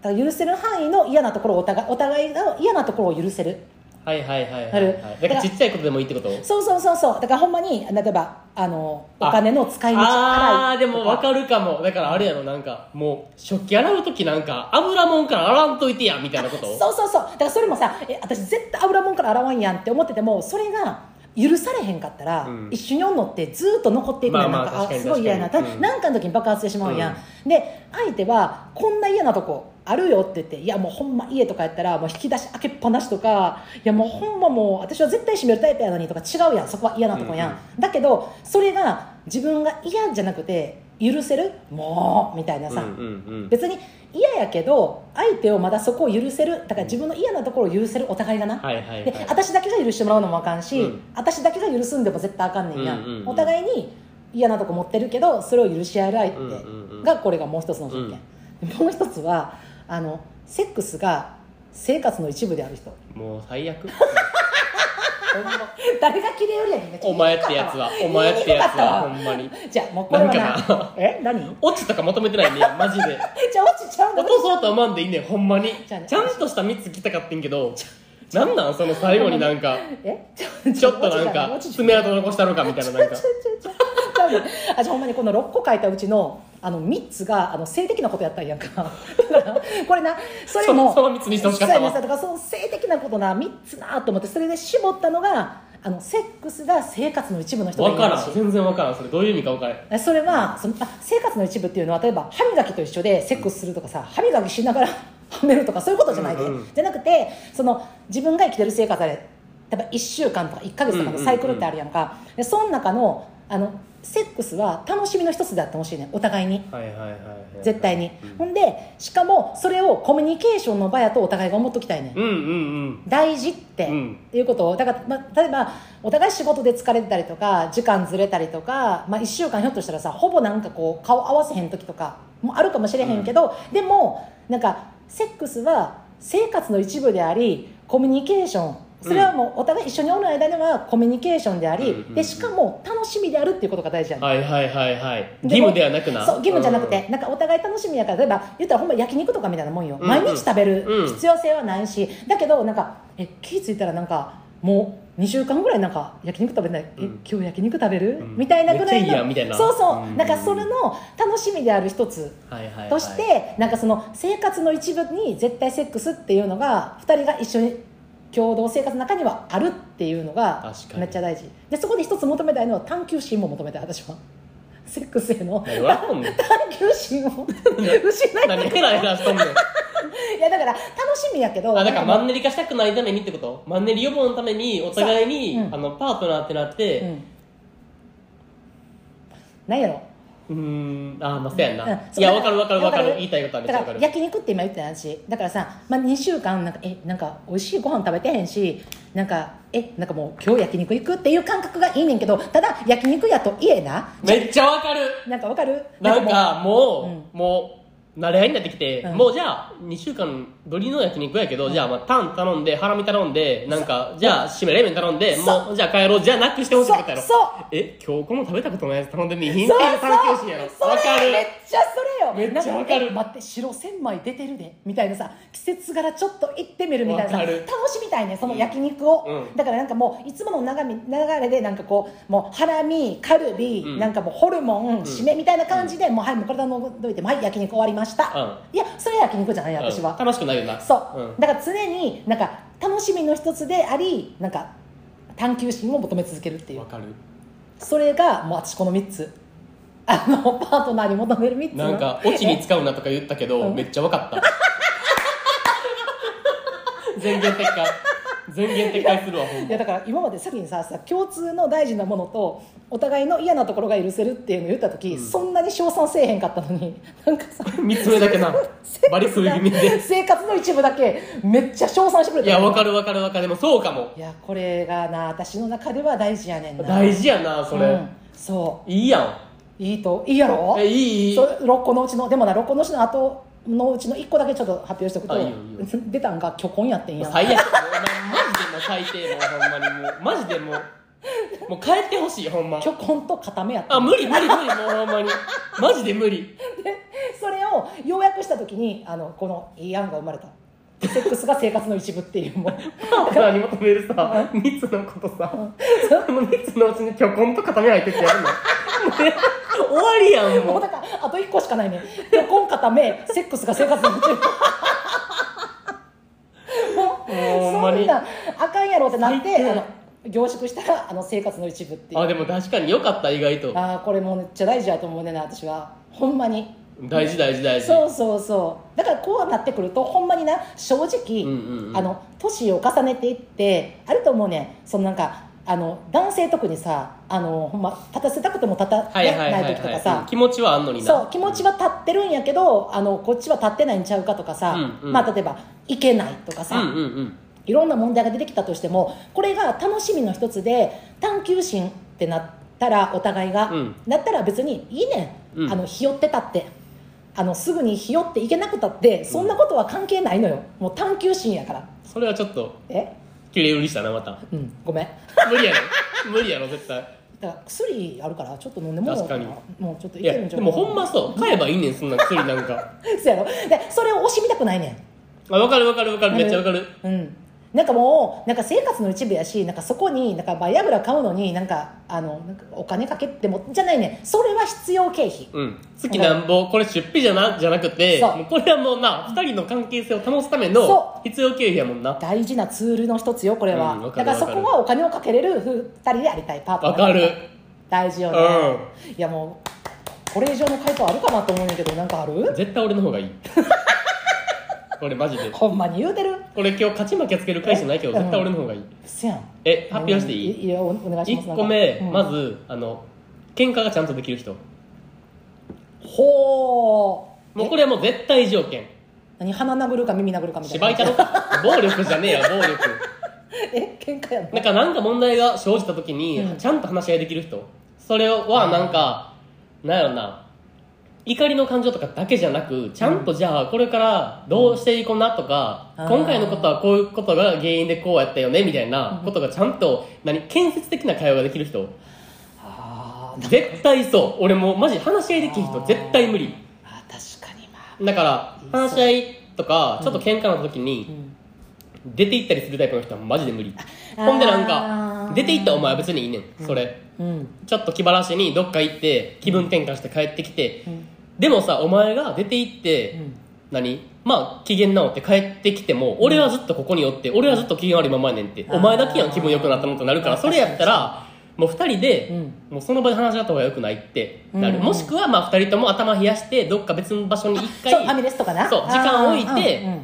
Speaker 1: だから許せる範囲の嫌なところをお互いお互いの嫌なところを許せる
Speaker 2: はいはいはいはい、
Speaker 1: なる
Speaker 2: はい、だからちっちゃいことでもいいってこと
Speaker 1: そうそうそうそうだからほんまに例えばあのお金の使い道
Speaker 2: あーでも
Speaker 1: わ
Speaker 2: 分かるかもだからあれやろなんかもう食器洗う時なんか油もんから洗わんといてやみたいなこと
Speaker 1: そうそうそうだからそれもさえ私絶対油もんから洗わんやんって思っててもそれが許されへんかったら、
Speaker 2: うん
Speaker 1: 一緒におんのってずーっと残っていくのよ
Speaker 2: まあまあ
Speaker 1: なん
Speaker 2: 確かに
Speaker 1: すごい嫌やな
Speaker 2: 確かにうん
Speaker 1: なんかの時に爆発してしまうやん、で相手はこんな嫌なとこあるよって言っていやもうほんま家とかやったらもう引き出し開けっぱなしとかいやもうほんまもう私は絶対閉めるタイプやのにとか違うやんそこは嫌なとこやん、
Speaker 2: うん
Speaker 1: だけどそれが自分が嫌じゃなくて許せるもうみたいな
Speaker 2: うんう
Speaker 1: さ、
Speaker 2: んうん
Speaker 1: 別に嫌やけど相手をまだそこを許せるだから自分の嫌なところを許せるお互いがな、
Speaker 2: はいはいはい
Speaker 1: で私だけが許してもらうのもあかんし、
Speaker 2: うん
Speaker 1: 私だけが許すんでも絶対あかんねんや、
Speaker 2: うんうんうん
Speaker 1: お互いに嫌なとこ持ってるけどそれを許し合える相手
Speaker 2: うんうんうん
Speaker 1: がこれがもう一つの条件、もう一つはあのセックスが生活の一部である 人
Speaker 2: もう最悪
Speaker 1: ほんま誰が切れよりやねん
Speaker 2: お前ってやつはお前ってやつはほんまに
Speaker 1: じゃあもうこれはな
Speaker 2: なんかな
Speaker 1: え何
Speaker 2: オチとか求めてないねマジ で
Speaker 1: じゃあ落ちちゃうんだ
Speaker 2: 落とそうとは思わんでいいねんほんまに
Speaker 1: じゃあね
Speaker 2: ちゃんとした蜜来たかってんけどなんなんその最後になんか
Speaker 1: え
Speaker 2: ちょっとなんか
Speaker 1: 落ちちゃう
Speaker 2: 爪痕残したのかみたいな なんか
Speaker 1: ちょちょちょちゃうねんあじゃあほんまにこの6個書いたうちのあの3つがあの性的なことやったんやんか だからこれなそれも
Speaker 2: そその三つにしてほしかったわ
Speaker 1: そうやねんだからその性的なことな3つなと思ってそれで絞ったのがあのセックスが生活の一部の人がい
Speaker 2: 分
Speaker 1: る
Speaker 2: からら
Speaker 1: し
Speaker 2: ん全然分からんそれどういう意味か分からん
Speaker 1: いそれはそのあ生活の一部っていうのは例えば歯磨きと一緒でセックスするとかさ歯磨きしながら はめるとかそういうことじゃないで、
Speaker 2: うんうん
Speaker 1: じゃなくてその自分が生きてる生活で例えば1週間とか1か月とかのサイクルってあるやんか、でその中のあのセックスは楽しみの一つであってほしいねお互いに
Speaker 2: はいはいはいはい
Speaker 1: 絶対に、
Speaker 2: う
Speaker 1: ほ
Speaker 2: ん
Speaker 1: んでしかもそれをコミュニケーションの場やとお互いが思っときたいねん
Speaker 2: うんうん
Speaker 1: 大事って
Speaker 2: うん
Speaker 1: いうことをだから、まあ、例えばお互い仕事で疲れてたりとか時間ずれたりとか、まあ、1週間ひょっとしたらさほぼなんかこう顔合わせへん時とかもあるかもしれへんけど、でもなんかセックスは生活の一部でありコミュニケーションそれはもうお互い一緒におる間ではコミュニケーションであり、
Speaker 2: うんうんうん
Speaker 1: でしかも楽しみであるっていうことが大事や
Speaker 2: うん
Speaker 1: ね
Speaker 2: はいはいはいはい
Speaker 1: で
Speaker 2: 義務ではなくな
Speaker 1: そう義務じゃなくて、なんかお互い楽しみやから例えば言ったらほんま焼肉とかみたいなもんよ、
Speaker 2: うんうん
Speaker 1: 毎日食べ
Speaker 2: う
Speaker 1: る
Speaker 2: ん
Speaker 1: 必要性はないし、だけどなんかえ気付いたらなんかもう2週間ぐらいなんか焼肉食べない、
Speaker 2: う
Speaker 1: え
Speaker 2: ん
Speaker 1: 今日焼肉食べる、
Speaker 2: うん
Speaker 1: みたいなぐらい
Speaker 2: めっちゃいいや
Speaker 1: の
Speaker 2: んみたいな
Speaker 1: そうそう、
Speaker 2: うん
Speaker 1: なんかそれの楽しみである一つ
Speaker 2: うんはいはいはい
Speaker 1: として、なんかその生活の一部に絶対セックスっていうのが2人が一緒に共同生活の中にはあるっていうのが
Speaker 2: 確かに
Speaker 1: めっちゃ大事でそこで一つ求めたいのは探求心も求めたい私は セックスへの
Speaker 2: 何笑うの
Speaker 1: 探求心を失いた
Speaker 2: 何
Speaker 1: く
Speaker 2: ヘラヘラしとんねん
Speaker 1: いやだから楽しみやけど
Speaker 2: あだから
Speaker 1: な
Speaker 2: マン
Speaker 1: んか
Speaker 2: ネリ化したくないためにってことマンネリ予防のためにお互いに、
Speaker 1: そううん
Speaker 2: あのパートナーってなっ
Speaker 1: う
Speaker 2: て
Speaker 1: んなんやろ
Speaker 2: うーんあーまあそうやんな、
Speaker 1: うん
Speaker 2: いやわかるわかるわか
Speaker 1: わ
Speaker 2: る
Speaker 1: かる
Speaker 2: 言いたいことはめっ
Speaker 1: だ
Speaker 2: ちゃわ
Speaker 1: か
Speaker 2: からる
Speaker 1: 焼肉って今言ってた話だからさ、まあ、2週間なんかえなんか美味しいご飯食べてへんしなんかえなんかもう今日焼肉行くっていう感覚がいいねんけどただ焼肉やといえな
Speaker 2: めっちゃわかる
Speaker 1: なんかわかる
Speaker 2: なん
Speaker 1: もう
Speaker 2: かもう、もう慣れ合いになってきて、
Speaker 1: うん
Speaker 2: もうじゃあ2週間ぶりの焼肉やけど、じゃあまあタン頼んでハラミ頼んでなんかじゃあ締め冷麺頼んで
Speaker 1: そう
Speaker 2: もうじゃあ帰ろうじゃなくしてほしいことやろ
Speaker 1: そうそう
Speaker 2: え今日この食べたことないやつ頼んでみひんって
Speaker 1: そう
Speaker 2: いう探求心やろ
Speaker 1: そう
Speaker 2: わか
Speaker 1: それ
Speaker 2: る
Speaker 1: めっちゃそれよ
Speaker 2: めっちゃわかる
Speaker 1: なんえ待って白千枚出てるでみたいなさ季節柄ちょっと行ってみるみたいなさ
Speaker 2: わか
Speaker 1: 楽
Speaker 2: る
Speaker 1: しみたいねその焼肉を、
Speaker 2: うん
Speaker 1: だからなんかもういつもの流れ流れでなんかこうもうハラミカルビ、
Speaker 2: うん
Speaker 1: なんかもうホルモン、締めみたいな感じで、もうはいもう体のどいてはい焼肉終わりました、いやそれ焼肉じゃない私は、
Speaker 2: うん楽しくないよな
Speaker 1: そう、
Speaker 2: ん
Speaker 1: だから常になんか楽しみの一つでありなんか探求心を求め続けるっていう
Speaker 2: わかる
Speaker 1: それがもう私この3つあのパートナーに求める3つの
Speaker 2: なんかオチに使うなとか言ったけど
Speaker 1: うん
Speaker 2: めっちゃわかった全言撤回全言撤回するわほん
Speaker 1: い
Speaker 2: ま
Speaker 1: やだから今まで先にささ共通の大事なものとお互いの嫌なところが許せるっていうのを言った時、そんなに称賛せえへんかったのに なんかさ
Speaker 2: 三つ目だけなバリ食い気味で
Speaker 1: 生活の一部だけめっちゃ称賛してくれ
Speaker 2: い
Speaker 1: た
Speaker 2: やわか
Speaker 1: る
Speaker 2: るわかるわかるでもそうかも
Speaker 1: いやこれがな私の中では大事やねんな
Speaker 2: 大事やなそれ、
Speaker 1: うんそ
Speaker 2: いいや
Speaker 1: ういいといいやろ
Speaker 2: んえいいいい
Speaker 1: そ6個のうちのでもな6個のうちの後のうちの1個だけちょっと発表しておくと
Speaker 2: あいいよいいよ
Speaker 1: 出たんが虚婚やってんやん
Speaker 2: 最悪お前マジでもう最低もうほんまにもうマジでもうもう帰ってほしいほんま
Speaker 1: 今日ほんと固めやった
Speaker 2: あ無理無理無理もうほんまにマジで無理
Speaker 1: それを要約した時にあのこのいい案が生まれたセックスが生活の一部っていうもう
Speaker 2: パートナーに求めるさ3つのことさ
Speaker 1: そう
Speaker 2: その3つのうちに虚婚と片目入ってってやるのもうや終わりやん
Speaker 1: もう
Speaker 2: もう
Speaker 1: だからあと1個しかないね旅行固めセックスが生活の一部もう
Speaker 2: もうほんま
Speaker 1: そ
Speaker 2: に
Speaker 1: んなあかんやろってなっ
Speaker 2: 最低
Speaker 1: てあの凝縮したらあの生活の一部っていう
Speaker 2: あでも確かによかった意外と
Speaker 1: あーこれもうめっちゃ大事やと思うねんな私はほんまに
Speaker 2: 大事大事大事
Speaker 1: そうそうそうだからこうなってくるとほんまにな正直、
Speaker 2: うんうんうん
Speaker 1: あの年を重ねていってあると思うねんそのなんかあの男性特にさあのほんま立たせたくても立た、
Speaker 2: はいはいはいは
Speaker 1: ないい時とか
Speaker 2: うん
Speaker 1: さ、
Speaker 2: 気持ちはあんのにな
Speaker 1: そう気持ちは立ってるんやけどあのこっちは立ってないんちゃうかとかさ、
Speaker 2: うんうん
Speaker 1: まあ、例えば行けないとかさ、
Speaker 2: うんうんうん
Speaker 1: いろんな問題が出てきたとしてもこれが楽しみの一つで探求心ってなったらお互いが、
Speaker 2: うん
Speaker 1: なったら別にいいねん、
Speaker 2: うん
Speaker 1: あの日和ってたってあのすぐに日和っていけなくたってそんなことは関係ないのよもう探求心やから
Speaker 2: それはちょっと
Speaker 1: え
Speaker 2: キレ売りしたなまた
Speaker 1: うんごめん
Speaker 2: 無理やろ無理やろ絶対
Speaker 1: だから薬あるからちょっと飲んでもう
Speaker 2: 確かに
Speaker 1: もうちょっとい
Speaker 2: い
Speaker 1: け
Speaker 2: や
Speaker 1: るんじ
Speaker 2: で
Speaker 1: ゃ
Speaker 2: もほんまそう買えばいいねんそんな薬なんか
Speaker 1: そうやろでそれを惜しみたくないねん
Speaker 2: あ分かる分かる分かるめっちゃ分かる
Speaker 1: うん、なんかもうなんか生活の一部やしなんかそこになんかバイアグラ買うのになんかあのなんかお金かけてもじゃないねそれは必要経費
Speaker 2: うん、月なんぼこれ出費じゃなじゃなくて
Speaker 1: そう
Speaker 2: もうこれはもうな2人の関係性を保つた
Speaker 1: そ
Speaker 2: めの必要経費やもんな
Speaker 1: 大事なツールの一つよこれは、
Speaker 2: うんわか
Speaker 1: だ
Speaker 2: る
Speaker 1: からそこはお金をかけれる2人でありたいパートナー
Speaker 2: わかる
Speaker 1: 大事よね、いやもうこれ以上の回答あるかなと思うんやけどなんかある
Speaker 2: 絶対俺の方がいいこれマジで
Speaker 1: ほんまに言うてる
Speaker 2: これ今日勝ち負けつける回じゃないけど
Speaker 1: え
Speaker 2: 絶対俺の方がいい
Speaker 1: せやん
Speaker 2: え発表していい
Speaker 1: いやおお願いします
Speaker 2: 1個目
Speaker 1: なんか
Speaker 2: ま
Speaker 1: うん
Speaker 2: ずあの喧嘩がちゃんとできる人
Speaker 1: ほう
Speaker 2: もうこれはもう絶対条件
Speaker 1: 何鼻殴るか耳殴るかみたいな
Speaker 2: 芝 居ちゃろ暴力じゃねえや暴力
Speaker 1: え喧嘩やんな
Speaker 2: なんかなんか問題が生じた時に、
Speaker 1: うん
Speaker 2: ちゃんと話し合いできる人それはなんか、なんやろな怒りの感情とかだけじゃなくちゃんとじゃあこれからどうしていこうなとか、
Speaker 1: うん
Speaker 2: 今回のことはこういうことが原因でこうやったよねみたいなことがちゃんと何建設的な会話ができる人
Speaker 1: あー
Speaker 2: 絶対そう俺もうマジ話し合いできる人絶対無理
Speaker 1: あ確かにまあ
Speaker 2: だから
Speaker 1: いいそう
Speaker 2: 話し合いとかちょっと喧嘩の時に、
Speaker 1: ん
Speaker 2: 出て行ったりするタイプの人はマジで無理
Speaker 1: あー
Speaker 2: ほんでなんか出て行ったらお前は別にいいねんそれ、
Speaker 1: うん
Speaker 2: ちょっと気晴らしにどっか行って気分転換して帰ってきて、でもさお前が出て行って、
Speaker 1: ん
Speaker 2: 何まあ機嫌直って帰ってきても俺はずっとここにおって俺はずっと機嫌悪いままやねんって、
Speaker 1: ー
Speaker 2: お前だけやん気分良くなったのとなるから
Speaker 1: あー
Speaker 2: それやったらもう2人で、もうその場で話し合った方が良くないってなる、
Speaker 1: うん
Speaker 2: もしくはまあ2人とも頭冷やしてどっか別の場所に1
Speaker 1: そうファミ
Speaker 2: 回
Speaker 1: レスとかな
Speaker 2: そう時間置いて
Speaker 1: あーうんうん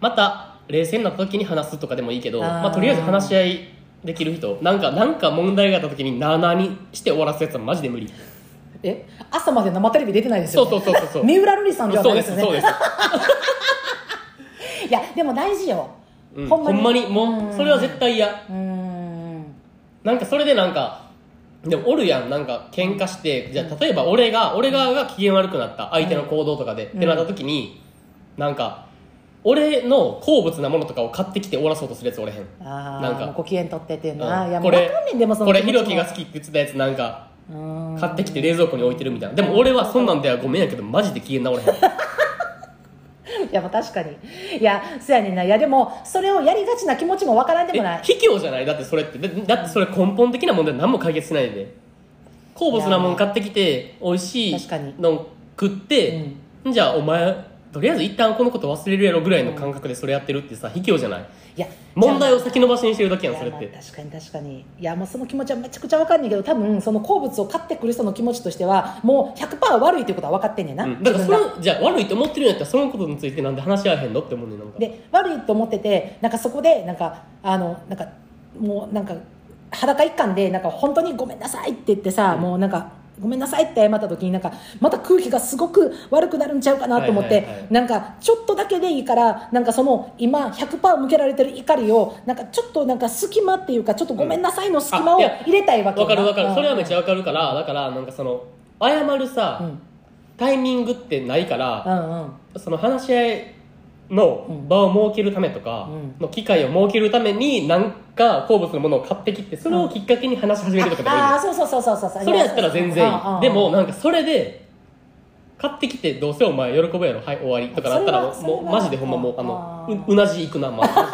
Speaker 2: また冷静になった時に話すとかでもいいけど
Speaker 1: あー
Speaker 2: まあ、とりあえず話し合いできる人なんかなんか問題があった時になあなあにして終わらすやつはマジで無理
Speaker 1: え朝まで生テレビ出てないです
Speaker 2: そ
Speaker 1: よ
Speaker 2: う
Speaker 1: ね
Speaker 2: そうそうそうそう
Speaker 1: 三浦瑠麗さんでは
Speaker 2: そ
Speaker 1: な
Speaker 2: う
Speaker 1: い
Speaker 2: で
Speaker 1: ですすよ
Speaker 2: そう
Speaker 1: ね
Speaker 2: です、
Speaker 1: いやでも大事よ
Speaker 2: うん、
Speaker 1: ほんま
Speaker 2: ほ
Speaker 1: に
Speaker 2: んまにもうそれは絶対嫌
Speaker 1: うーん
Speaker 2: なんかそれでなんかでもおるやんなんか喧嘩してじゃあ例えば俺が俺側が機嫌悪くなった相手の行動とかで、ってなった時になんか俺の好物なものとかを買ってきて終わらそうとするやつおれへん
Speaker 1: あ
Speaker 2: なん
Speaker 1: あ
Speaker 2: か
Speaker 1: もうご機嫌取ってっていうのは
Speaker 2: うん
Speaker 1: いやも
Speaker 2: こ
Speaker 1: う分
Speaker 2: れ
Speaker 1: かんねんでもその
Speaker 2: これ
Speaker 1: 気
Speaker 2: ひ
Speaker 1: 持ちも
Speaker 2: ろきが好きって言ってたやつなんか
Speaker 1: うーん
Speaker 2: 買ってきて冷蔵庫に置いてるみたいなでも俺はそんなんではごめんやけどマジで機嫌直れへん
Speaker 1: いやもう確かにいやそうやねんないやでもそれをやりがちな気持ちもわからんでもない
Speaker 2: え卑怯じゃないだってそれってだだってそれ根本的な問題何も解決しないで好物なもん買ってきて美味しい
Speaker 1: 確かに
Speaker 2: の食って、じゃあお前とりあえず一旦このこと忘れるやろぐらいの感覚でそれやってるってさ卑怯じゃない
Speaker 1: いや
Speaker 2: 問題を先延ばしにしてるだけやんそれっ
Speaker 1: いや
Speaker 2: て
Speaker 1: まあ確かに確かにいやもうその気持ちはめちゃくちゃ分かんないけど多分その好物を買ってくる人の気持ちとしてはもう100%悪いということは分かってんねんな、
Speaker 2: うんだからそ
Speaker 1: 自分が
Speaker 2: のじゃあ悪いと思ってるんやったらそのことについてなんで話し合えへんのって思うねんなんか
Speaker 1: で悪いと思っててなんかそこでなんかあのなんかもうなんか裸一貫でなんか本当にごめんなさいって言ってさ、
Speaker 2: うん
Speaker 1: もうなんかごめんなさいって謝った時になんかまた空気がすごく悪くなるんちゃうかなと思って、
Speaker 2: はいはいはい
Speaker 1: なんかちょっとだけでいいからなんかその今100%向けられてる怒りをなんかちょっとなんか隙間っていうかちょっとごめんなさいの隙間を
Speaker 2: うんあいや
Speaker 1: 入れたいわけよ
Speaker 2: わか
Speaker 1: な
Speaker 2: るわか
Speaker 1: う
Speaker 2: る
Speaker 1: ん
Speaker 2: それはめっちゃわかるからだからなんかその謝るさ、
Speaker 1: うん
Speaker 2: タイミングってないから、
Speaker 1: うんうん
Speaker 2: その話し合いの場を設けるためとか
Speaker 1: うん
Speaker 2: の機会を設けるために何が好物のものを買ってきてそれをきっかけに話し始めるとかでもいい
Speaker 1: あ
Speaker 2: よ
Speaker 1: あそうそうそうそうそう
Speaker 2: それやったら全然い
Speaker 1: うんうんう
Speaker 2: い
Speaker 1: ん
Speaker 2: でもなんかそれで買ってきてどうせお前喜ぶやろはい終わりとかなったらも
Speaker 1: そうれは
Speaker 2: もうマジでほんまもう
Speaker 1: そ
Speaker 2: あ
Speaker 1: れは
Speaker 2: の
Speaker 1: あー
Speaker 2: ううなじいくなまあ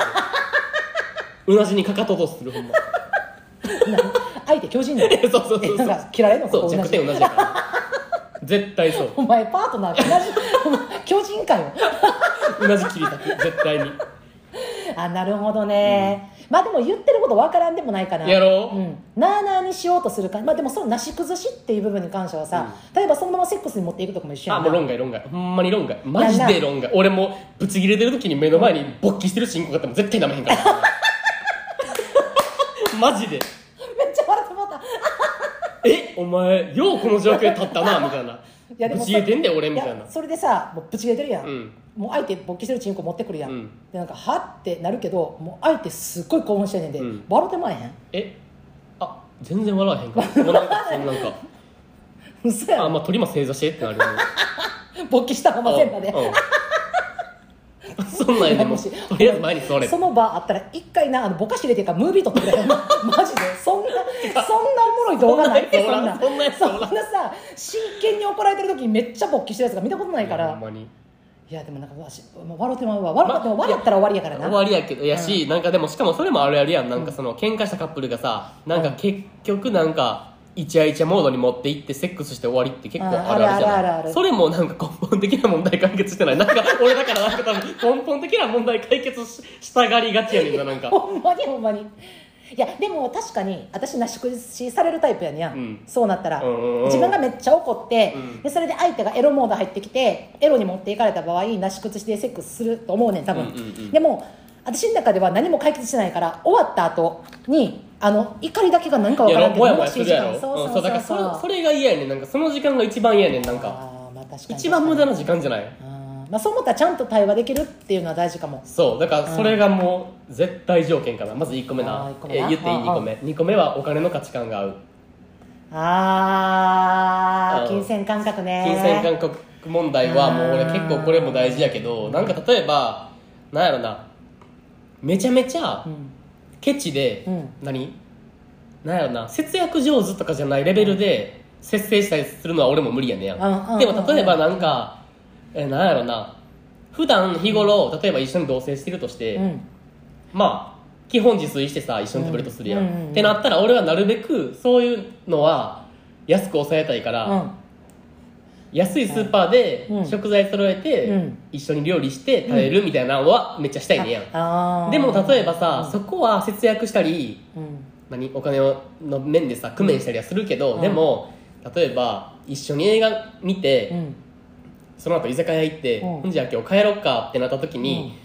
Speaker 2: うなじにかかととするほんま
Speaker 1: 相手強靭だよ
Speaker 2: そうそうそうそ
Speaker 1: なん
Speaker 2: う
Speaker 1: か切られるのか
Speaker 2: そう
Speaker 1: こう同
Speaker 2: 弱
Speaker 1: じ
Speaker 2: 点同じやから絶対そう
Speaker 1: お前パートナー同じ お前強靭かよ
Speaker 2: うなじ切り裂く絶対に
Speaker 1: あなるほどね、まあでも言ってることわからんでもないかな
Speaker 2: やろう
Speaker 1: うん、なあなあにしようとするかまあでもそのなし崩しっていう部分に関してはさ、例えばそのままセックスに持っていくとかも一緒や
Speaker 2: あ
Speaker 1: ん
Speaker 2: も
Speaker 1: な
Speaker 2: う論外論外ほんまに論外マジで論外俺もブチ切れてる時に目の前に勃起してるチンコがあっても絶対なめへんから マジで
Speaker 1: めっちゃ笑ってもうた
Speaker 2: えお前ようこの状況で立ったなみたいな
Speaker 1: やでも
Speaker 2: ブ
Speaker 1: さ
Speaker 2: チ切れてんだよ俺み
Speaker 1: い
Speaker 2: たいな
Speaker 1: やそれでさもうぶち切れてるやん、
Speaker 2: うん
Speaker 1: もう相手勃起してるチンコ持ってくるやん、
Speaker 2: うん
Speaker 1: でなんかはってなるけどもう相手すっごい興奮してんねんで、
Speaker 2: うん
Speaker 1: 笑ってまえへん
Speaker 2: えあ全然笑わへんからもうなんかその なんか
Speaker 1: 嘘や
Speaker 2: あ
Speaker 1: ん
Speaker 2: まあ鳥間正座してってなるよね
Speaker 1: 勃起したまませんまで
Speaker 2: うんうんそんなんやでも
Speaker 1: いやも
Speaker 2: う
Speaker 1: し
Speaker 2: とりあえず前に座れ
Speaker 1: その場あったら一回なあのぼかし入れてるからムービー撮ってく れマジでそんなそんなおもろい動画ないってそ
Speaker 2: そ
Speaker 1: ん
Speaker 2: ん
Speaker 1: な
Speaker 2: な
Speaker 1: そ
Speaker 2: そ
Speaker 1: んな
Speaker 2: んなやつおらん
Speaker 1: さ真剣に怒られてる時にめっちゃ勃起してるやつが見たことないか
Speaker 2: ほん
Speaker 1: ら
Speaker 2: まに
Speaker 1: いやでもなんかわしもう笑ってまうわ笑っても笑ったら終わりやからな
Speaker 2: 終わりやけどやし、なんかでもしかもそれもあるやるやんなんかその喧嘩したカップルがさなんか結局なんかイチャイチャモードに持っていってセックスして終わりって結構あるあるじ
Speaker 1: ああるあるあ
Speaker 2: ゃ
Speaker 1: るあ
Speaker 2: な
Speaker 1: る
Speaker 2: いそれもなんか根本的な問題解決してないなんか俺だからなんか多分根本的な問題解決ししたがりがちやねんななん か
Speaker 1: ほんまにほんまにいやでも確かに私なし崩しされるタイプやねんや、
Speaker 2: うん
Speaker 1: そうなったら、
Speaker 2: うんうんうん
Speaker 1: 自分がめっちゃ怒って、
Speaker 2: うん
Speaker 1: でそれで相手がエロモード入ってきてエロに持っていかれた場合なし崩しでセックスすると思うねん多分、
Speaker 2: うんうんうん
Speaker 1: でも私の中では何も解決してないから終わった後にあの怒りだけが何か
Speaker 2: い
Speaker 1: 分か
Speaker 2: や
Speaker 1: らん
Speaker 2: ろ
Speaker 1: けど
Speaker 2: もやもやす
Speaker 1: 虚
Speaker 2: る
Speaker 1: しい時
Speaker 2: や
Speaker 1: 間
Speaker 2: ろ
Speaker 1: そう
Speaker 2: うん
Speaker 1: そう
Speaker 2: だ
Speaker 1: そ
Speaker 2: か
Speaker 1: う
Speaker 2: ら
Speaker 1: そ
Speaker 2: そうれそれが嫌やねんなんかその時間が一番嫌やねんなんか
Speaker 1: あーまあ確かに
Speaker 2: 一番無駄
Speaker 1: な、
Speaker 2: な時間じゃない
Speaker 1: うんまあ、そう思ったらちゃんと対話できるっていうのは大事かも
Speaker 2: そうだからそれがもう絶対条件かなまず1個目
Speaker 1: あー
Speaker 2: な
Speaker 1: 一個目
Speaker 2: え
Speaker 1: な
Speaker 2: 言っていい
Speaker 1: うんうん
Speaker 2: 2個目2個目はお金の価値観が合う
Speaker 1: あー
Speaker 2: うん
Speaker 1: 金銭感覚ね
Speaker 2: 金銭感覚問題はもう俺
Speaker 1: あー
Speaker 2: 結構これも大事やけどなんか例えばなんやろなめちゃめちゃ
Speaker 1: うん
Speaker 2: ケチで、
Speaker 1: うん
Speaker 2: 何なんやろな節約上手とかじゃないレベルで節制したりするのは俺も無理やねや、
Speaker 1: うんうん
Speaker 2: でも例えばなんか、えなんやろな普段日頃例えば一緒に同棲してるとして、
Speaker 1: うん
Speaker 2: まあ基本自炊してさ一緒に食べるとするやん,、
Speaker 1: うんうんうんうん
Speaker 2: ってなったら俺はなるべくそういうのは安く抑えたいから、
Speaker 1: う
Speaker 2: 安いスーパーで
Speaker 1: うん
Speaker 2: 食材揃えて、
Speaker 1: うん
Speaker 2: 一緒に料理して食べるみたいなのはめっちゃしたいねやん、
Speaker 1: ん、
Speaker 2: でも例えば
Speaker 1: う
Speaker 2: さ
Speaker 1: ん、
Speaker 2: そこは節約したり
Speaker 1: うん
Speaker 2: 何お金の面でさ工面したりはするけど、
Speaker 1: うん
Speaker 2: でも例えば一緒に映画見て、
Speaker 1: うん
Speaker 2: その後居酒屋行って、
Speaker 1: うん
Speaker 2: ほんじゃ今日帰ろっかってなった時に、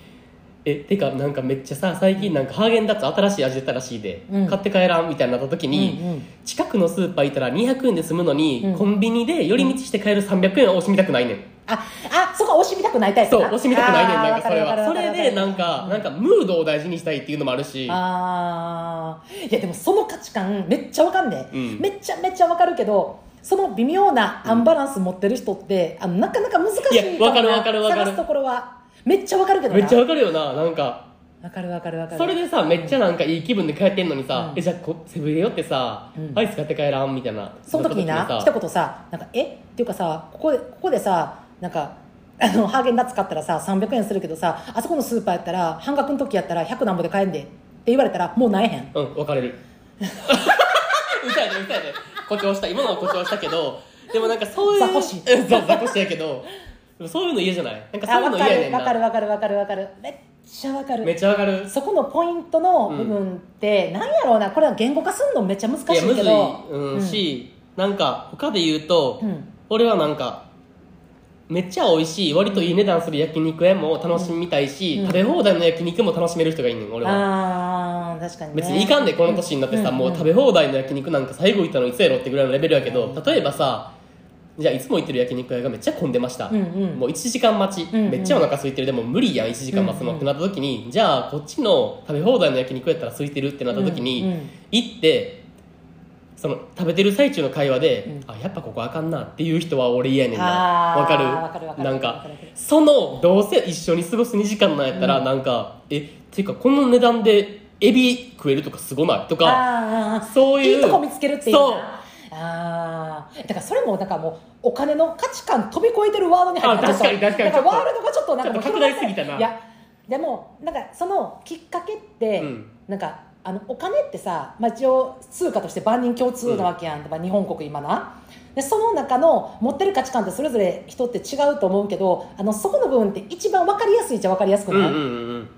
Speaker 2: えてかなんかめっちゃさ最近なんかハーゲンダッツ新しい味出たらしいで、
Speaker 1: うん
Speaker 2: 買って帰らんみたいになった時に、
Speaker 1: うんうん
Speaker 2: 近くのスーパー行ったら200円で済むのに、
Speaker 1: うん
Speaker 2: コンビニで寄り道して帰る300円を惜しみたくないねん
Speaker 1: ああそこは惜しみたくないタイプ
Speaker 2: そう
Speaker 1: な
Speaker 2: 惜しみたくないねん
Speaker 1: あー
Speaker 2: なんかそれ
Speaker 1: わる
Speaker 2: はそ
Speaker 1: わるわ
Speaker 2: れ
Speaker 1: る
Speaker 2: でなんかなんかムードを大事にしたいっていうのもあるし
Speaker 1: ああいやでもその価値観めっちゃわかんね、
Speaker 2: うん
Speaker 1: めっちゃめっちゃわかるけどその微妙なアンバランス持ってる人って、あのなかなか難しい
Speaker 2: いやわかるわかるわかる
Speaker 1: 探すところはめっちゃわかるけどな
Speaker 2: めっちゃわかるよななんか
Speaker 1: わかるわかるわかる
Speaker 2: それでさめっちゃなんかいい気分で帰ってんのにさ、
Speaker 1: うん
Speaker 2: えじゃあこセブンで寄ってさ、
Speaker 1: うん
Speaker 2: アイス買って帰らんみたいな
Speaker 1: その時にな
Speaker 2: さ
Speaker 1: 一言さなんかえっていうかさここでここでさなんかあのハーゲンダッツ買ったらさ300円するけどさあそこのスーパーやったら半額の時やったら100何ぼで買えんでって言われたらもうなえへん
Speaker 2: うん別れる 歌やで歌やで誇張した今のは誇張したけどでもなんかそういう
Speaker 1: ザコシ
Speaker 2: うんそうザコシやけどでもそういうの嫌じゃないなんかそ
Speaker 1: あ
Speaker 2: ういう
Speaker 1: わ
Speaker 2: の
Speaker 1: か
Speaker 2: 嫌やね
Speaker 1: る
Speaker 2: ん
Speaker 1: わかる
Speaker 2: な
Speaker 1: わかるわかるわかるめっちゃわか
Speaker 2: め
Speaker 1: る
Speaker 2: っちゃわかる
Speaker 1: そこのポイントの部分って、なんやろうなこれは言語化すんのめっちゃ難しい
Speaker 2: いやむ
Speaker 1: け
Speaker 2: ずい、
Speaker 1: ど
Speaker 2: うん
Speaker 1: うん
Speaker 2: しなんか他で言うと、
Speaker 1: うん
Speaker 2: 俺はなんかめっちゃ美味しい割といい値段する焼肉屋も楽しみたいし、
Speaker 1: うん
Speaker 2: 食べ放題の焼肉も楽しめる人がいいねん俺は、
Speaker 1: あー確かに、ね、
Speaker 2: 別にいかんでこの年になってさ、
Speaker 1: うん
Speaker 2: もう食べ放題の焼肉なんか最後行ったのいつやろってぐらいのレベルやけ
Speaker 1: う
Speaker 2: ど、
Speaker 1: ん
Speaker 2: 例えばさじゃあいつも行ってる焼肉屋がめっちゃ混んでました、
Speaker 1: うんうん
Speaker 2: もう1時間待ち、
Speaker 1: うんうん
Speaker 2: めっちゃお腹空いてるでも無理やん1時間待つのってなった時に、じゃあこっちの食べ放題の焼肉やったら空いてるってなった時に、
Speaker 1: うんうん
Speaker 2: 行ってその食べてる最中の会話で、
Speaker 1: う
Speaker 2: あやっぱここあかんなっていう人は俺嫌やねんな
Speaker 1: あー
Speaker 2: わかる
Speaker 1: わかるわかる
Speaker 2: なん
Speaker 1: わ
Speaker 2: か
Speaker 1: かるわかる
Speaker 2: そのどうせ一緒に過ごす2時間なんやったら、なんかえっていうかこの値段でエビ食えるとかすごないとか
Speaker 1: ああ
Speaker 2: そういう
Speaker 1: いいとこ見つけるっていうな
Speaker 2: そう
Speaker 1: ああだからそれもなんかもうお金の価値観飛び越えてるワードに入って
Speaker 2: あ確かに確かに
Speaker 1: ちょっと
Speaker 2: ちょっと
Speaker 1: なんワールドがちょっとなんかもう
Speaker 2: ちょっと拡大しすぎたない
Speaker 1: やでもなんかそのきっかけって、
Speaker 2: うん
Speaker 1: なんかあのお金ってさ、まあ、一応通貨として万人共通なわけやん、まあ、日本国今なでその中の持ってる価値観ってそれぞれ人って違うと思うけどあのそこの部分って一番分かりやすいっちゃ分かりやすく
Speaker 2: うん
Speaker 1: ない、
Speaker 2: うんうんうん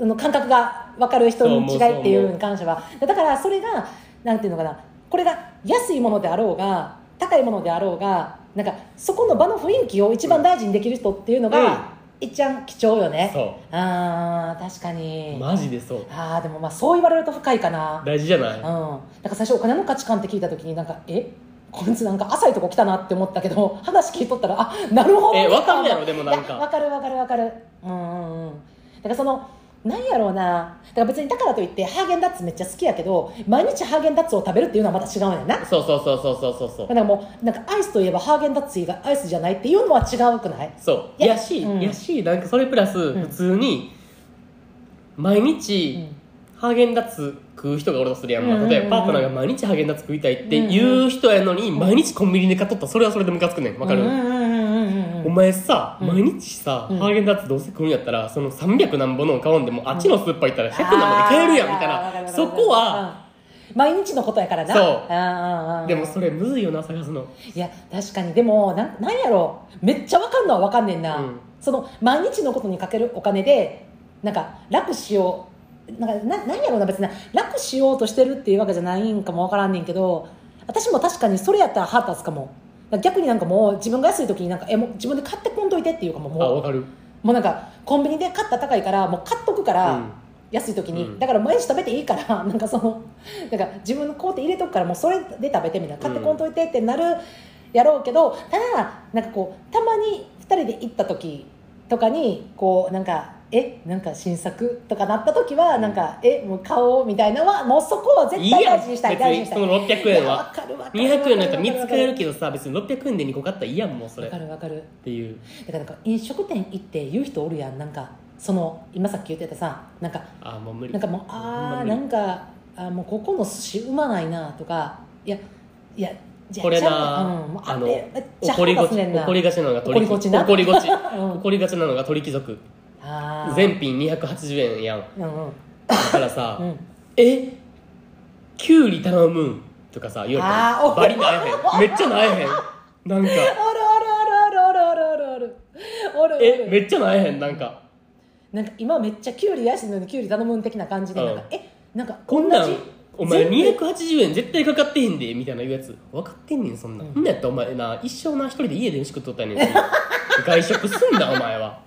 Speaker 1: あの感覚が分かる人に違いってい
Speaker 2: そう
Speaker 1: う
Speaker 2: 思う
Speaker 1: に関してはだからそれがなんていうのかなこれが安いものであろうが高いものであろうがなんかそこの場の雰囲気を一番大事にできる人っていうのが、
Speaker 2: うん
Speaker 1: いっちゃん貴重よね
Speaker 2: そ
Speaker 1: あー確か
Speaker 2: う
Speaker 1: に、
Speaker 2: マジでそう
Speaker 1: あーでもまあそう言われると深いかな
Speaker 2: 大事じゃな
Speaker 1: う
Speaker 2: い
Speaker 1: ん、なんか最初お金の価値観って聞いた時になんかえこいつなんか浅いとこ来たなって思ったけど話聞いとったらあなるほど
Speaker 2: えわかるやろでもなんか
Speaker 1: いやわかるわかるわかるうんうんうんだからそのなんやろうなだから別にだからといってハーゲンダッツめっちゃ好きやけど毎日ハーゲンダッツを食べるっていうのはまた違うんやな
Speaker 2: そうそうそうそうそうそうそ
Speaker 1: だ
Speaker 2: う
Speaker 1: からもうなんかアイスといえばハーゲンダッツ以外アイスじゃないっていうのは違うくない
Speaker 2: そう
Speaker 1: い
Speaker 2: い
Speaker 1: や
Speaker 2: やし、
Speaker 1: うん
Speaker 2: やしなんかそれプラス
Speaker 1: ん
Speaker 2: 普通に毎日、
Speaker 1: うん
Speaker 2: ハーゲンダッツ食う人がおるとするやん、ま
Speaker 1: うんうん
Speaker 2: あ、
Speaker 1: うん
Speaker 2: 例えばパートナーが毎日ハーゲンダッツ食いたいって言う人やのに毎日コンビニで買っとったらそれはそれでムカつくねんわかる、
Speaker 1: うんうんうんうんう
Speaker 2: お
Speaker 1: ん
Speaker 2: 前さ、
Speaker 1: うん
Speaker 2: 毎日さ、
Speaker 1: うん
Speaker 2: ハーゲンダッツどうせ食うんやったらその300何本のを買うんでもあっちのスーパー行ったら100何本で買えるやんみたい
Speaker 1: あーわかるわ
Speaker 2: な
Speaker 1: かる
Speaker 2: そこは、
Speaker 1: うん毎日のことやからな
Speaker 2: そうん
Speaker 1: んんん
Speaker 2: でもそれむずいよな探すの
Speaker 1: いや確かにでもなんなんやろめっちゃわかんのはわかんねんな、
Speaker 2: うん
Speaker 1: その毎日のことにかけるお金でなんか楽しようなんかななんやろうな別に楽しようとしてるっていうわけじゃないんかもわからんねんけど私も確かにそれやったら腹立つかも逆になんかもう自分が安い時になんかえもう自分で買ってこんといてっていうかも
Speaker 2: あわ
Speaker 1: も
Speaker 2: かる
Speaker 1: うもうなんかコンビニで買った高いからもう買っとくか
Speaker 2: う
Speaker 1: ら、
Speaker 2: ん
Speaker 1: 安い時に、
Speaker 2: うん
Speaker 1: だから毎日食べていいから なんかそのなんか自分の工程入れとくからもうそれで食べてみたいな買ってこんといてってなるやろうけど、ただなんかこうたまに2人で行った時とかにこうなんかえなんか新作とかなった時はなんか、えもう買おうみたいなのはもうそこは絶
Speaker 2: いい
Speaker 1: 対
Speaker 2: や
Speaker 1: 大
Speaker 2: ん
Speaker 1: 事に
Speaker 2: 別
Speaker 1: したい大事に
Speaker 2: に
Speaker 1: した
Speaker 2: そ
Speaker 1: い
Speaker 2: の600円
Speaker 1: いやわ
Speaker 2: は
Speaker 1: かるわかる
Speaker 2: 200円のやったら
Speaker 1: わか
Speaker 2: 3つ買えるけどさ別に600円で2個買ったらいいやんもうそれ
Speaker 1: わか
Speaker 2: っ
Speaker 1: るわかる
Speaker 2: ていう
Speaker 1: だからなんか飲食店行って言う人おるやんなんかその今さっき言ってたさなんか
Speaker 2: あもう無理
Speaker 1: なんかもうああなんかあもうここの寿司うまないなとかいやいやじゃあ
Speaker 2: これな
Speaker 1: ちゃううんもうあ
Speaker 2: あの
Speaker 1: れめっちゃ
Speaker 2: 怒り
Speaker 1: 腹立
Speaker 2: ごち
Speaker 1: つねんな
Speaker 2: 怒りがちなのが鳥
Speaker 1: 怒
Speaker 2: 貴
Speaker 1: りごち
Speaker 2: 族
Speaker 1: な
Speaker 2: 怒りごち
Speaker 1: うん
Speaker 2: 怒りがちなのが鳥貴族
Speaker 1: あー
Speaker 2: 全品280円やん
Speaker 1: うんうん
Speaker 2: だからさ
Speaker 1: うん
Speaker 2: 「えキュウリ頼むん」とかさ言う
Speaker 1: あー
Speaker 2: たバリなえ へんめっちゃなえへんなん
Speaker 1: ある
Speaker 2: か
Speaker 1: あるあるあるあるあるあるあるある
Speaker 2: 「えめっちゃなえへん」なんか
Speaker 1: なんか今めっちゃキュウリ安いのにキュウリ頼むん的な感じでなんか、
Speaker 2: う
Speaker 1: えなんか
Speaker 2: こんな
Speaker 1: 同
Speaker 2: ん
Speaker 1: じ
Speaker 2: お前
Speaker 1: 全部
Speaker 2: 280円絶対かかってへんでみたいな言うやつ分かってんねんそんなん、
Speaker 1: うん
Speaker 2: ん、なんやったらお前な一生な一人で家で飯食っとったんやねん 外食すんなお前は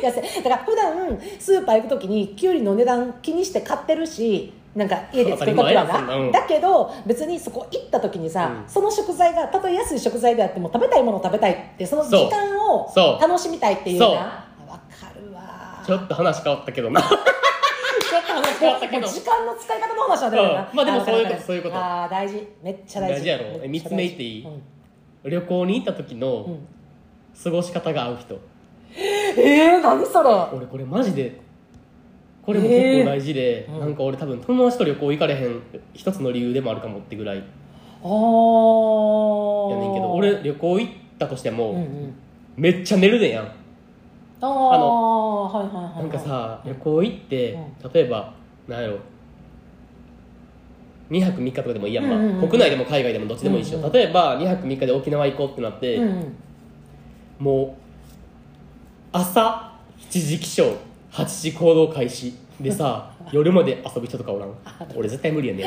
Speaker 2: い
Speaker 1: やせだから普段スーパー行く時にキュウリの値段気にして買ってるしなんか家で作った時は
Speaker 2: 当たり前やそんな
Speaker 1: な
Speaker 2: うん
Speaker 1: だけど別にそこ行った時にさ、
Speaker 2: うん
Speaker 1: その食材がたとえ安い食材であっても食べたいものを食べたいってその時
Speaker 2: そう
Speaker 1: 間を
Speaker 2: そう
Speaker 1: 楽しみたいっていうな
Speaker 2: そう
Speaker 1: あわかるわ
Speaker 2: ちょっと話変わったけどなちょっと話変わったけ
Speaker 1: も
Speaker 2: ど
Speaker 1: う時間の使い方の話なんだよな、
Speaker 2: うんまあでも
Speaker 1: わかるわかる
Speaker 2: そういうことそういうこと
Speaker 1: ああ大事めっちゃ大事
Speaker 2: 大事やろえ
Speaker 1: めっちゃ大事
Speaker 2: 三つ目言っていい
Speaker 1: うん
Speaker 2: 旅行に行った時
Speaker 1: う
Speaker 2: の
Speaker 1: ん
Speaker 2: 過ごし方が合う人
Speaker 1: えー、何それ
Speaker 2: 俺これマジでこれも結構大事で、
Speaker 1: えーうん
Speaker 2: なんか俺多分友達と旅行行かれへん一つの理由でもあるかもってぐらいやね
Speaker 1: おー
Speaker 2: んけど俺旅行行ったとしても、
Speaker 1: うんうん
Speaker 2: めっちゃ寝るでやん
Speaker 1: あ
Speaker 2: あ
Speaker 1: あはいはいはいはい
Speaker 2: なんかさ旅行行って、
Speaker 1: う
Speaker 2: 例えばなんやろ2泊3日とかでもいいやん、まあ
Speaker 1: うんうんうん
Speaker 2: 国内でも海外でもどっちでもいいしよ、
Speaker 1: うんうん
Speaker 2: 例えば2泊3日で沖縄行こうってなって、
Speaker 1: うんうん
Speaker 2: もう朝7時起床8時行動開始 でさ夜まで遊ぶ人とかおらん俺絶対無理やねん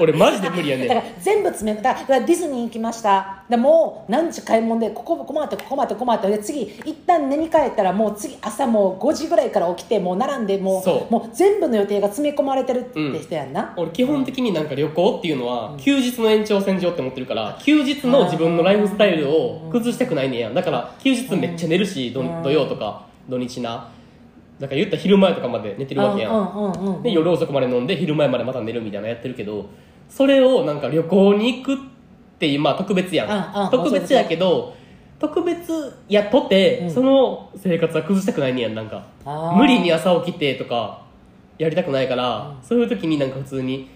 Speaker 2: 俺マジで無理やね
Speaker 1: だか
Speaker 2: ん
Speaker 1: ら全部詰めだからディズニー行きましたでもう何時買い物でここここまでここまでここまでで次一旦寝に帰ったらもう次朝もう5時ぐらいから起きてもう並んでもう
Speaker 2: そう
Speaker 1: もう全部の予定が詰め込まれてるって人やんな、
Speaker 2: 俺基本的になんか旅行っていうのは
Speaker 1: うん
Speaker 2: 休日の延長線上って思ってるから休日の自分のライフスタイルを崩したくないねんやだから休日めっちゃ寝るし土
Speaker 1: うん
Speaker 2: 土曜とか土日なだから言ったら昼前とかまで寝てるわけや
Speaker 1: うんんうんうんうん
Speaker 2: で夜遅くまで飲んで昼前までまた寝るみたいなのやってるけどそれをなんか旅行に行くっていうまあ特別や
Speaker 1: うんうん
Speaker 2: ん特別やけど特別やっとって、
Speaker 1: うん
Speaker 2: その生活は崩したくないねやんなんか
Speaker 1: あー
Speaker 2: 無理に朝起きてとかやりたくないから、そういう時になんか普通に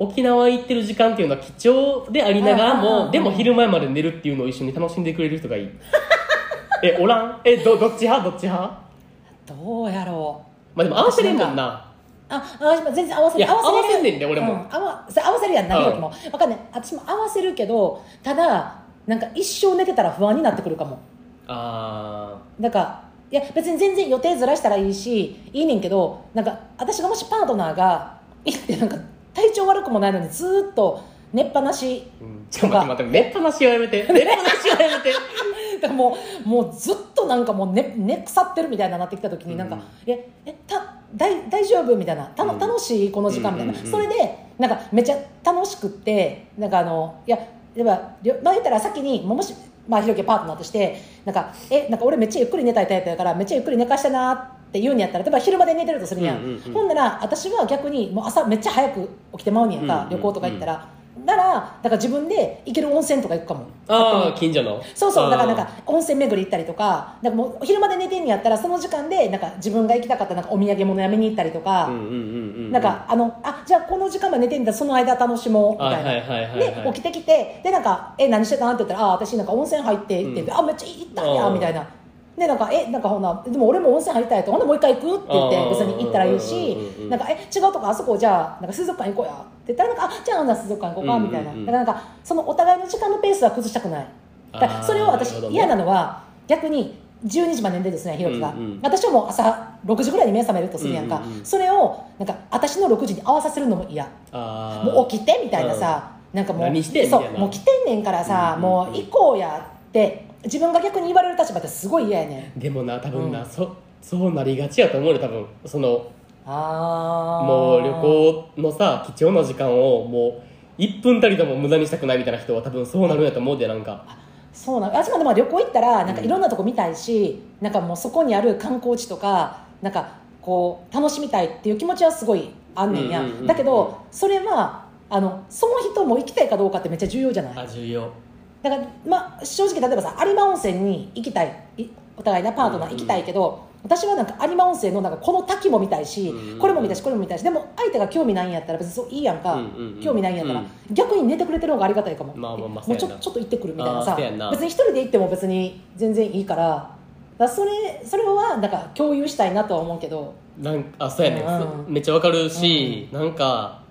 Speaker 2: 沖縄行ってる時間っていうのは貴重でありながら
Speaker 1: うんうんうんう
Speaker 2: も
Speaker 1: ん
Speaker 2: でも昼前まで寝るっていうのを一緒に楽しんでくれる人がいいえおらんえどどっち派どっち派
Speaker 1: どうやろう
Speaker 2: まあでも合わせれんもんな
Speaker 1: ああ私も全然合わせ
Speaker 2: いや
Speaker 1: る
Speaker 2: 合わ
Speaker 1: れる
Speaker 2: せんねんで俺
Speaker 1: う
Speaker 2: も、
Speaker 1: ん合わそれ合わせるやんな
Speaker 2: うん
Speaker 1: ひろきも分かんない私も合わせるけどただなんか一生寝てたら不安になってくるかも
Speaker 2: あ
Speaker 1: だからいや別に全然予定ずらしたらいいしいいねんけどなんか私がもしパートナーが行ってなんか体調悪くもないのにずーっと寝っぱなし
Speaker 2: ー、うん、ちょっと待って待って寝っぱなしはや めて寝っぱなしはやめて
Speaker 1: だからもうもうずっとなんかもう寝寝腐ってるみたいななってきた時になんか「
Speaker 2: うん
Speaker 1: ええた大大丈夫?」みたいなたの
Speaker 2: うん
Speaker 1: 楽しいこの時間」みたいな、
Speaker 2: うんうんうん
Speaker 1: それでなんかめっちゃ楽しくってなんかあのいやではりょまあ言ったら先にもうもしまあひろきがパートナーとしてなんか「えなんか俺めっちゃゆっくり寝たいタイプだからめっちゃゆっくり寝かしたな」って言うんやったら例えば昼まで寝てるとするやん,、
Speaker 2: うんうんうん
Speaker 1: ほんなら私は逆にもう朝めっちゃ早く起きてまうんやんか、
Speaker 2: うんうんうん
Speaker 1: 旅行とか行ったら。ならだから自分で行ける温泉とか行くかも
Speaker 2: ああ近所の
Speaker 1: そうそうだからなん
Speaker 2: あ
Speaker 1: か温泉巡り行ったりとかなんかもう昼まで寝てんやったらその時間でなんか自分が行きたかったなんかお土産物やめに行ったりと
Speaker 2: ーう
Speaker 1: か、
Speaker 2: んうんうんうん
Speaker 1: なんかあのあじゃあこの時間まで寝てんだその間楽しもうみ
Speaker 2: は
Speaker 1: た
Speaker 2: い
Speaker 1: い
Speaker 2: はい
Speaker 1: な。
Speaker 2: はいはい、はい、
Speaker 1: で起きてきてでなんか「え何してたん?」って言ったら「あ私なんか温泉入って」って言って「
Speaker 2: う
Speaker 1: あめっちゃ行ったんや
Speaker 2: う」ん
Speaker 1: みたいな。でなんか「えなんかほんなでも俺も温泉入りたい」と「ほんでもう一回行く?」って言って
Speaker 2: うん
Speaker 1: 別に行ったらいいし
Speaker 2: うんうんうんうん
Speaker 1: 「なんかえ違うとこあそこじゃあなんか水族館行こうや」って言ったらなんか「あじゃあほんなら水族館行こうか」みたいな
Speaker 2: うんうんうん
Speaker 1: だからなんかそのお互いの時間のペースは崩したくないだから
Speaker 2: あー
Speaker 1: それを私
Speaker 2: なるほどね
Speaker 1: 嫌なのは逆に12時まで寝てですねひろきが、
Speaker 2: うんうん
Speaker 1: 私はもう朝6時ぐらいに目覚めるとするやんか、
Speaker 2: うんうんうん
Speaker 1: それをなんか私の6時に合わさせるのも嫌
Speaker 2: あー
Speaker 1: もう起きてみたいなさ、なんかもう
Speaker 2: 何してん
Speaker 1: そ
Speaker 2: みた
Speaker 1: う
Speaker 2: いな
Speaker 1: もう来てんねんからさ、
Speaker 2: うんうんうん
Speaker 1: もう行こうやって自分が逆に言われる立場ってすごい嫌やねん
Speaker 2: でもな多分な、
Speaker 1: うん
Speaker 2: そそうなりがちやと思うよ多分その
Speaker 1: あー
Speaker 2: もう旅行のさ貴重な時間をもう1分たりとも無駄にしたくないみたいな人は多分そうなるんやと思うでなんか
Speaker 1: そうなの私もでも旅行行ったらなんかいろんなとこ見たいし、なんかもうそこにある観光地とかなんかこう楽しみたいっていう気持ちはすごいあんねんや、
Speaker 2: うんうんうんうん
Speaker 1: だけどそれはあのその人も行きたいかどうかってめっちゃ重要じゃない
Speaker 2: あ重要
Speaker 1: だから、まあ、正直例えばさ有馬温泉に行きたいいお互いなパートナー行きたいけど、私はなんか有馬温泉のなんかこの滝も見たいし、
Speaker 2: うんうん
Speaker 1: これも見たいしこれも見たいしでも相手が興味ないんやったら別にそういいやんか、
Speaker 2: うんうんうん
Speaker 1: 興味ないんやったら、
Speaker 2: うん
Speaker 1: 逆に寝てくれてる方がありがたいかも、
Speaker 2: まあまあまあ
Speaker 1: もうちょ
Speaker 2: そうやな
Speaker 1: ちょっと行ってくるみたいな
Speaker 2: あ
Speaker 1: さ
Speaker 2: ーそうやんな
Speaker 1: 別に一人で行っても別に全然いいからだからそれそれはなんか共有したいなとは思うけど
Speaker 2: なんかあそうやね、
Speaker 1: うん
Speaker 2: そめっちゃわかるし、なんか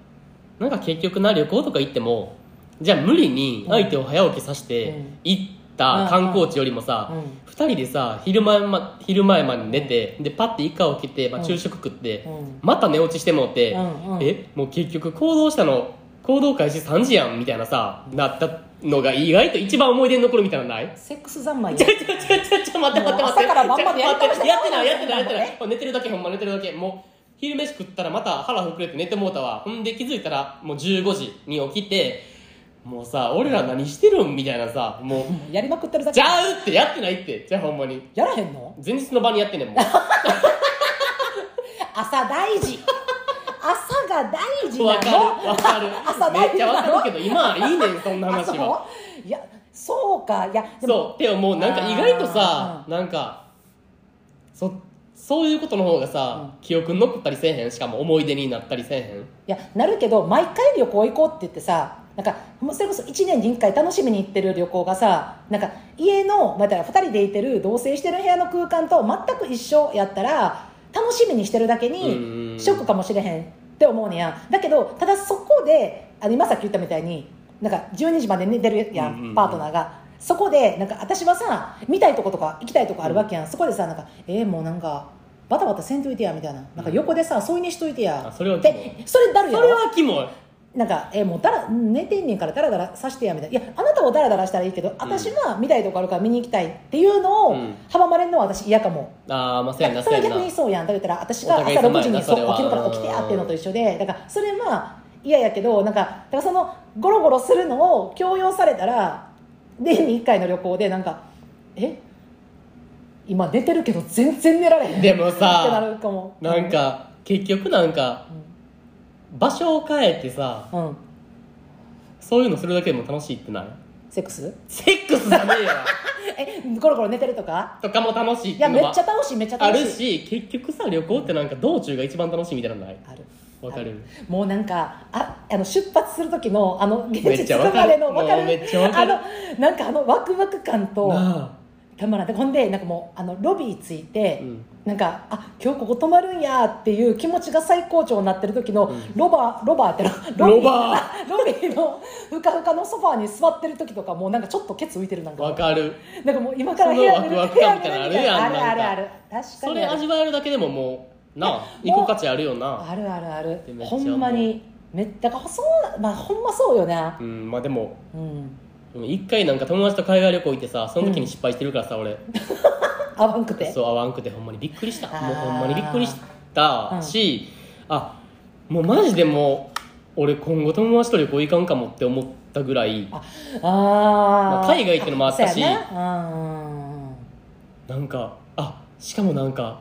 Speaker 2: なんか結局な旅行とか行ってもじゃあ無理に相手を早起きさせ
Speaker 1: う
Speaker 2: て
Speaker 1: ん
Speaker 2: 行った観光地よりもさ、
Speaker 1: うん
Speaker 2: 2人でさ昼前,、ま、昼前まで寝てでパッて一回起きて、まあ、昼食食って、
Speaker 1: うん
Speaker 2: また寝落ちしてもって、
Speaker 1: うんうん
Speaker 2: えもう結局行動したの行動開始3時やんみたいなさなったのが意外と一番思い出に残るみたいなのない
Speaker 1: セックス三昧や
Speaker 2: ちょちょちょちょちょ待って待って待って
Speaker 1: もう朝から晩までやりたい
Speaker 2: ちょ待ってやってないやってないやってない
Speaker 1: え
Speaker 2: もう寝てるだけほんま寝てるだけもう昼飯食ったらまた腹膨れて寝てもうたわほんで気づいたらもう15時に起きてもうさ俺ら何してるんみたいなさもう
Speaker 1: やりまくってるだけ
Speaker 2: ちゃうってやってないってじゃあほんまに
Speaker 1: やらへんの
Speaker 2: 前日の晩にやってんねんもう
Speaker 1: 朝大 事朝が大事
Speaker 2: わ
Speaker 1: な
Speaker 2: か
Speaker 1: の
Speaker 2: るわかる
Speaker 1: 朝
Speaker 2: め
Speaker 1: 大
Speaker 2: っ
Speaker 1: 事
Speaker 2: ちゃ
Speaker 1: なの
Speaker 2: わかるけど今はいいねんそんな話
Speaker 1: あ
Speaker 2: は
Speaker 1: そういやそうかいやでも
Speaker 2: そうでももうなんか意外とさ
Speaker 1: あ
Speaker 2: なんかそそういうことの方がさ、記憶に残ったりせえへんしかも思い出になったりせえへん
Speaker 1: いやなるけど毎回旅行行こうって言ってさなんかもうそれこそ1年に1回楽しみに行ってる旅行がさなんか家の、まあ、だから2人でいてる同棲してる部屋の空間と全く一緒やったら楽しみにしてるだけ
Speaker 2: うん
Speaker 1: にショックかもしれへんって思うねやだけどただそこであの今さっき言ったみたいになんか12時まで寝てるやん,、
Speaker 2: うんうんうん
Speaker 1: パートナーが。そこでなんか私はさ見たいとことか行きたいとこあるわけやん、そこでさなんかえー、もうなんかバタバタせんといてやみたいななんか横でさ添い寝しといてや
Speaker 2: あそれは
Speaker 1: でそれだるや
Speaker 2: そ
Speaker 1: ろ
Speaker 2: れはキモい
Speaker 1: なんか、えもうだら寝てんねんからダラダラさしてやみたいないやあなたはダラダラしたらいいけど私は見たいとこあるから見に行きたいっていうの
Speaker 2: う
Speaker 1: を
Speaker 2: ん
Speaker 1: 阻まれるのは私嫌かも、
Speaker 2: ああまあそうやんな
Speaker 1: そ
Speaker 2: そう
Speaker 1: れ
Speaker 2: や
Speaker 1: は
Speaker 2: ん
Speaker 1: 逆に
Speaker 2: な
Speaker 1: そうやんだったら私
Speaker 2: お
Speaker 1: が
Speaker 2: 互い
Speaker 1: 朝
Speaker 2: 様
Speaker 1: 6
Speaker 2: や
Speaker 1: 時
Speaker 2: な
Speaker 1: にそう
Speaker 2: それは
Speaker 1: 起きるから起きてやっていうのと一緒でだからそれは嫌やけどなんかだからそのゴロゴロするのを強要されたら年に1回の旅行でなんかえ今寝てるけど全然寝られへん
Speaker 2: でもさ
Speaker 1: ってなるかも
Speaker 2: なんか結局なんか場所を変えてさ
Speaker 1: うん
Speaker 2: そういうのするだけでも楽しいってない
Speaker 1: セックス
Speaker 2: セックスじゃねえわ
Speaker 1: えゴロゴロ寝てるとか
Speaker 2: とかも楽しいっ
Speaker 1: い
Speaker 2: てい
Speaker 1: や
Speaker 2: う
Speaker 1: め
Speaker 2: の
Speaker 1: っ
Speaker 2: は
Speaker 1: ちゃ楽しいめっちゃ
Speaker 2: あ
Speaker 1: 楽しい
Speaker 2: るし結局さ旅行ってなんか道中が一番楽しいみたいなのない
Speaker 1: ある
Speaker 2: わかる
Speaker 1: あもうなんかああの出発する時のあの現
Speaker 2: めっち
Speaker 1: 実
Speaker 2: ゃ
Speaker 1: の
Speaker 2: わ
Speaker 1: ま
Speaker 2: か
Speaker 1: で
Speaker 2: る
Speaker 1: のわか
Speaker 2: もう
Speaker 1: る
Speaker 2: めっちゃわかる
Speaker 1: あのなんかあのワクワク感と
Speaker 2: な
Speaker 1: たまらんでほんでなんかもうあのロビー着いて、
Speaker 2: うん
Speaker 1: なんかあ今日ここ泊まるんやっていう気持ちが最高潮になってる時の、
Speaker 2: ん
Speaker 1: ロバロバーってな
Speaker 2: ロ
Speaker 1: ビー
Speaker 2: バ
Speaker 1: ロビー のふかふかのソファーに座ってる時とかもうなんかちょっとケツ浮いてるなん
Speaker 2: あわ
Speaker 1: か
Speaker 2: かる
Speaker 1: なんかもう今から部屋出る
Speaker 2: そのワク
Speaker 1: 部
Speaker 2: ワ
Speaker 1: 屋
Speaker 2: ク感みたいなの
Speaker 1: 出るみ
Speaker 2: あるやん
Speaker 1: あるあるあ
Speaker 2: な
Speaker 1: る確か
Speaker 2: そ
Speaker 1: に
Speaker 2: れ
Speaker 1: ある
Speaker 2: 味わえるだけでももうなあ
Speaker 1: いやもう
Speaker 2: 行く価値あるよな
Speaker 1: あるあるある
Speaker 2: でめっちゃ
Speaker 1: ほ
Speaker 2: 思うん
Speaker 1: まにめっだからそうまあほんまそうよね
Speaker 2: うんまあでも
Speaker 1: うん
Speaker 2: うん一回なんか友達と海外旅行行ってさその時に失敗してるからさ、俺
Speaker 1: 合わんくて
Speaker 2: そう合わんくてほんまにびっくりした
Speaker 1: あー
Speaker 2: もうほんまにびっくりしたし、あもうマジでもう俺今後友達と旅行行かんかもって思ったぐらい
Speaker 1: あ
Speaker 2: ま
Speaker 1: あ
Speaker 2: あ海外っていうのもあったし
Speaker 1: そうやなうん
Speaker 2: なんかあしかもなんか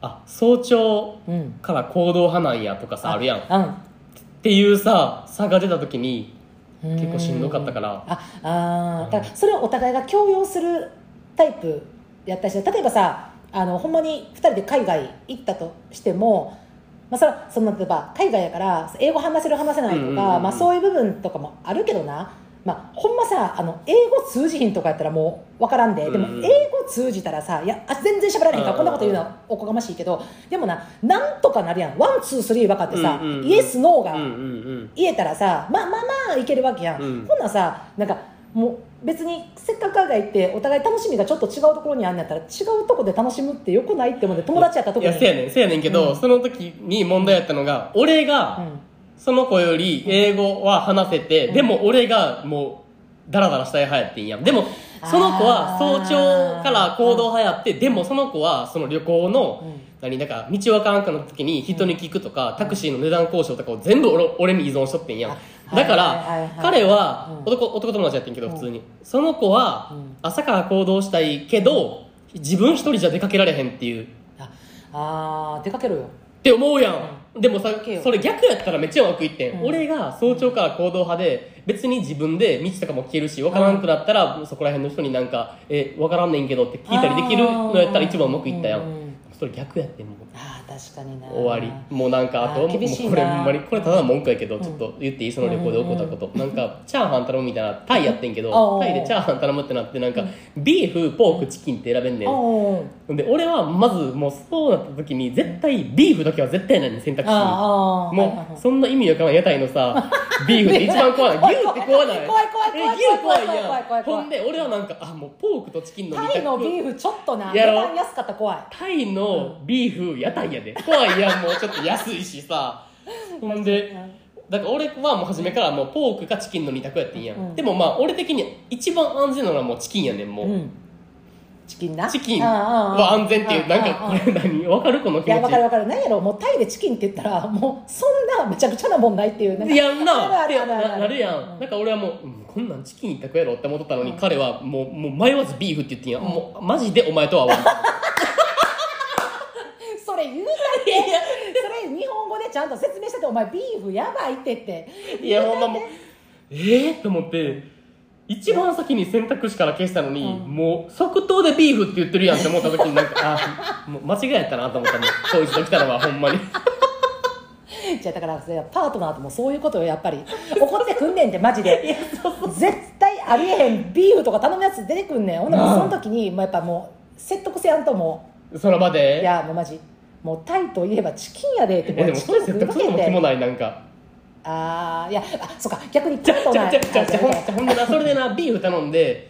Speaker 2: あ早朝
Speaker 1: うん
Speaker 2: から行動派なんやとかさあるやんっ
Speaker 1: あ
Speaker 2: ていうさ差が出た時に
Speaker 1: うん
Speaker 2: 結構しんどかったから
Speaker 1: ああーだからそれをお互いが強要するタイプやったりして例えばさあのほんまに2人で海外行ったとしても、まあ、それはその例えば海外やから英語話せる話せない
Speaker 2: うんう
Speaker 1: と
Speaker 2: んうん
Speaker 1: か、
Speaker 2: うん
Speaker 1: まあ、そういう部分とかもあるけどな、まあ、ほんまさあの英語通じひんとかやったらもう分からんででも
Speaker 2: うんうん
Speaker 1: 英語通じたらさいやあ全然喋られへんからこんなこと言うのはおこがましいけどでもななんとかなるやんワンツースリー分かってさ、
Speaker 2: うんうんうん
Speaker 1: イエスノーが
Speaker 2: うんうん
Speaker 1: 言えたらさまあまあまあいけるわけやん、
Speaker 2: うん
Speaker 1: ほんならさなんかもう別にせっかく海外行ってお互い楽しみがちょっと違うところにあんのやったら違うとこで楽しむってよくないって思うんで友達やった
Speaker 2: う
Speaker 1: と
Speaker 2: んい
Speaker 1: こに
Speaker 2: やせやねんせやねんけど、
Speaker 1: うん
Speaker 2: その時に問題やったのが俺が、
Speaker 1: うん
Speaker 2: その子より英語は話せて、
Speaker 1: うん
Speaker 2: でも俺がもうダラダラしたい派やってんやんでもその子は早朝から行動派やってでもその子はその旅行の、
Speaker 1: うん
Speaker 2: 何なんか道わからんかの時に人に聞くとか、タクシーの値段交渉とかを全部俺俺に依存しとってんやん
Speaker 1: あ
Speaker 2: だから、
Speaker 1: はいはいはい
Speaker 2: 彼は
Speaker 1: うん
Speaker 2: 男男友達やってんけど
Speaker 1: うん
Speaker 2: 普通に、その子は
Speaker 1: うん
Speaker 2: 朝から行動したいけど自分一人じゃ出かけられへんっていう
Speaker 1: ああー出かけろよ
Speaker 2: って思うやんでもさ
Speaker 1: けよ
Speaker 2: それ逆やったらめっちゃうまくいってん、
Speaker 1: うん
Speaker 2: 俺が早朝から行動派で別に自分で道とかも聞けるし分からんくなったらそこら辺の人になんか「え分からんねんけど」って聞いたりできるのやったら一番うまくいったやん、
Speaker 1: あーう
Speaker 2: それ逆やってんもう
Speaker 1: あー確かにな
Speaker 2: 終わりもうなんかあと
Speaker 1: あー厳しい
Speaker 2: も
Speaker 1: な
Speaker 2: うこれほんまにこれただの文句やけど、ちょっと言っていいその旅行で起こったこと、なんかチャーハン頼むみたいなタイやってんけ
Speaker 1: おうお
Speaker 2: ど
Speaker 1: う
Speaker 2: タイでチャーハン頼むってなってなんかビーフポークチキンって選べんねん、
Speaker 1: おー
Speaker 2: で俺はまずもうそうなった時に絶対ビーフだけは絶対ないの選択肢に
Speaker 1: あーあーはいはい
Speaker 2: も
Speaker 1: は
Speaker 2: う
Speaker 1: い
Speaker 2: そんな意味わからん屋台のさビーフで一番怖い牛って怖ない
Speaker 1: 怖い怖い怖い
Speaker 2: え牛怖
Speaker 1: 怖い怖
Speaker 2: い
Speaker 1: い怖
Speaker 2: や
Speaker 1: い怖い
Speaker 2: んほんで俺はなんかあもうポークとチキンの
Speaker 1: タイのビ
Speaker 2: フ
Speaker 1: ーフちょっとな値
Speaker 2: やろ
Speaker 1: 段安かったら怖い
Speaker 2: タイのビーフ屋台やで怖いやんもうちょっと安いしさほんでだから俺はもう初めからもうポークかチキンの2択やってんやん、
Speaker 1: うん
Speaker 2: でもまあ俺的に一番安全なのはもうチキンやねんもう、
Speaker 1: うんチキンな
Speaker 2: チキン
Speaker 1: あーあーあー
Speaker 2: は安全っていうなん
Speaker 1: あーあーあ
Speaker 2: か
Speaker 1: ー
Speaker 2: これ何わかるこの
Speaker 1: い
Speaker 2: 気
Speaker 1: や
Speaker 2: 持
Speaker 1: わ
Speaker 2: ち
Speaker 1: かるわかる何やろもうタイでチキンって言ったら もうそんなめちゃくちゃな問題っていうなんか
Speaker 2: やんな
Speaker 1: あるあるあるある
Speaker 2: ななるやん、なんか俺はもう、うんこんなんチキン一択やろって思っとったのに、彼はもうもう迷わずビーフって言ってんや、もうマジでお前とは合わん
Speaker 1: それ言うなってそれ日本語でちゃんと説明しててお前ビーフやばいってって
Speaker 2: いやほんまもうええと思って一番先に選択肢から消したのに、もう即答でビーフって言ってるやんって思った時になんかあもう間違いやったなと思ったもうこいつと来たのはほんまに
Speaker 1: じゃあだからそれパートナーともそういうことよやっぱり怒ってくんねんってマジ で絶対ありえへんビーフとか頼むやつ出てくんねんほんなら
Speaker 2: なあ
Speaker 1: その時にもうやっぱもう説得せやんとも
Speaker 2: その場
Speaker 1: うい
Speaker 2: で
Speaker 1: やもうマジもうタイといえばチキンやでって
Speaker 2: いやでも
Speaker 1: チ
Speaker 2: そ
Speaker 1: キン食
Speaker 2: れ説
Speaker 1: う
Speaker 2: 得
Speaker 1: わ
Speaker 2: する
Speaker 1: け
Speaker 2: のも気も
Speaker 1: で
Speaker 2: ないなんか
Speaker 1: ああいやあそっか逆に
Speaker 2: じ
Speaker 1: パ
Speaker 2: ゃ
Speaker 1: ート
Speaker 2: じ
Speaker 1: ナ
Speaker 2: ゃ
Speaker 1: ー
Speaker 2: じゃじゃじゃほんじゃほんでなそれでなビーフ頼んで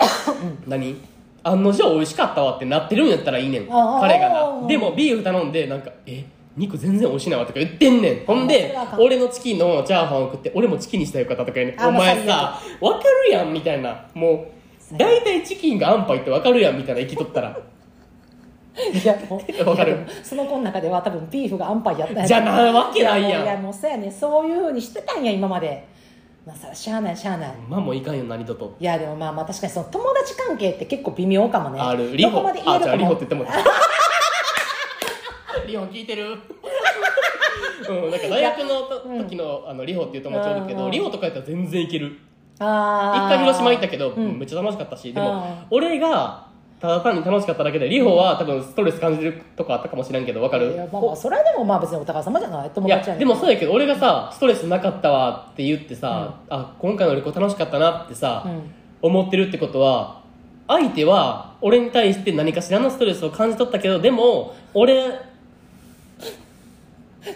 Speaker 2: 何案の定美味しかったわってなってるんやったらいいねん
Speaker 1: ああ
Speaker 2: 彼が
Speaker 1: ああ
Speaker 2: なでもビーフ頼んでなんかえ肉全然美味しいないわとか言ってんねんほん
Speaker 1: そ
Speaker 2: で
Speaker 1: れはあかん
Speaker 2: 俺のチキンのチャーハンを食って俺もチキンにしたらよかったとか言うねん
Speaker 1: あ
Speaker 2: お前
Speaker 1: ま
Speaker 2: さ分かるやんみたいなもう大体チキンが安パイって分かるやんみたいな生きとっ たら
Speaker 1: いやもう
Speaker 2: わかる
Speaker 1: いやでもその子の中では多分ビーフが安パイやったんや
Speaker 2: じゃなわけない
Speaker 1: いや
Speaker 2: やん
Speaker 1: もうそうやねそういうふうにしてたんや今までまあそらしゃあないしゃあない、
Speaker 2: まあもういかんよ何とと
Speaker 1: いやでもまあまあ確かにその友達関係って結構微妙かもね
Speaker 2: あるリ
Speaker 1: どこ
Speaker 2: ホ
Speaker 1: まで言え
Speaker 2: あ
Speaker 1: る
Speaker 2: じゃあ
Speaker 1: か
Speaker 2: リホ
Speaker 1: も
Speaker 2: って言ってもらった リホ聞いてるうんなんか大学のと時のあのリホっていう友達おるけ
Speaker 1: うんう
Speaker 2: ど
Speaker 1: ん
Speaker 2: リホとかやったら全然いける
Speaker 1: あー
Speaker 2: 一回広島行ったけど、
Speaker 1: うん
Speaker 2: めっちゃ楽しかったしで
Speaker 1: あ
Speaker 2: も俺がただ単に楽しかっただけでリホは多分ストレス感じるとこあったかもしれんけどわかる
Speaker 1: いやまあまあそれはでもまあ別にお互い様じゃない友
Speaker 2: い
Speaker 1: 達や
Speaker 2: や
Speaker 1: ね
Speaker 2: でもそうやけど俺がさストレスなかったわって言ってさ、あ今回の旅行楽しかったなってさ、
Speaker 1: うん
Speaker 2: 思ってるってことは相手は俺に対して何かしらのストレスを感じ取ったけどでも 俺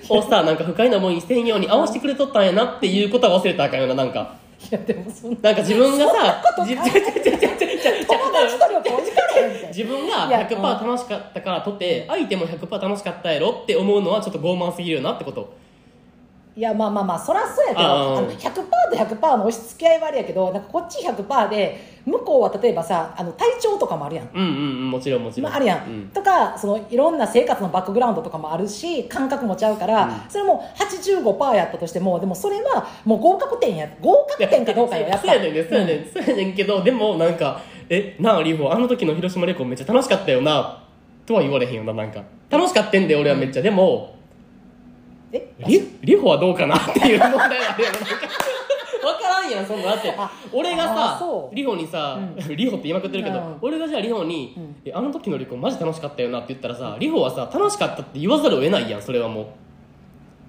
Speaker 2: をさなんか不快な思いにしてんように合わせてくれとったんやなっていうことは忘れたらあかんよななんか
Speaker 1: いやでもそんな
Speaker 2: なんか自分がさ自分
Speaker 1: 友達と旅行行かれへんって
Speaker 2: 自分が
Speaker 1: いや
Speaker 2: 100%楽しかったからとって相手も100%楽しかったやろって思うのはちょっと傲慢すぎるよなってこと
Speaker 1: いやまあまあまあそらそうやけど
Speaker 2: ああ
Speaker 1: あの100%と100%の押し付け合いはあれやけどなんかこっち100%で向こうは例えばさあの体調とかもあるやん、
Speaker 2: うんうんうんもちろんもちろん、
Speaker 1: まあ、あるやん、
Speaker 2: う
Speaker 1: とかそのいろんな生活のバックグラウンドとかもあるし感覚もちゃうから、それも85%やったとしてもでもそれはもう合格点や合格点かどうかよやっ
Speaker 2: そう
Speaker 1: ぱ
Speaker 2: やねんねそうやねんそうやねんけどでもなんか「えなあリホあの時の広島旅行めっちゃ楽しかったよな」とは言われへんよななんか楽しかったんで俺はめっちゃでも
Speaker 1: え
Speaker 2: リリホはどうかなっていう問 題あるやろなんか分からんやんそんなだって
Speaker 1: あ
Speaker 2: 俺が
Speaker 1: あ
Speaker 2: さ
Speaker 1: そう
Speaker 2: リホにさ、 リホって言いまくってるけど、
Speaker 1: うん
Speaker 2: 俺がじゃあリホに、
Speaker 1: うん
Speaker 2: えあの時の旅行マジ楽しかったよな」って言ったらさリホはさ楽しかったって言わざるを得ないやんそれはもう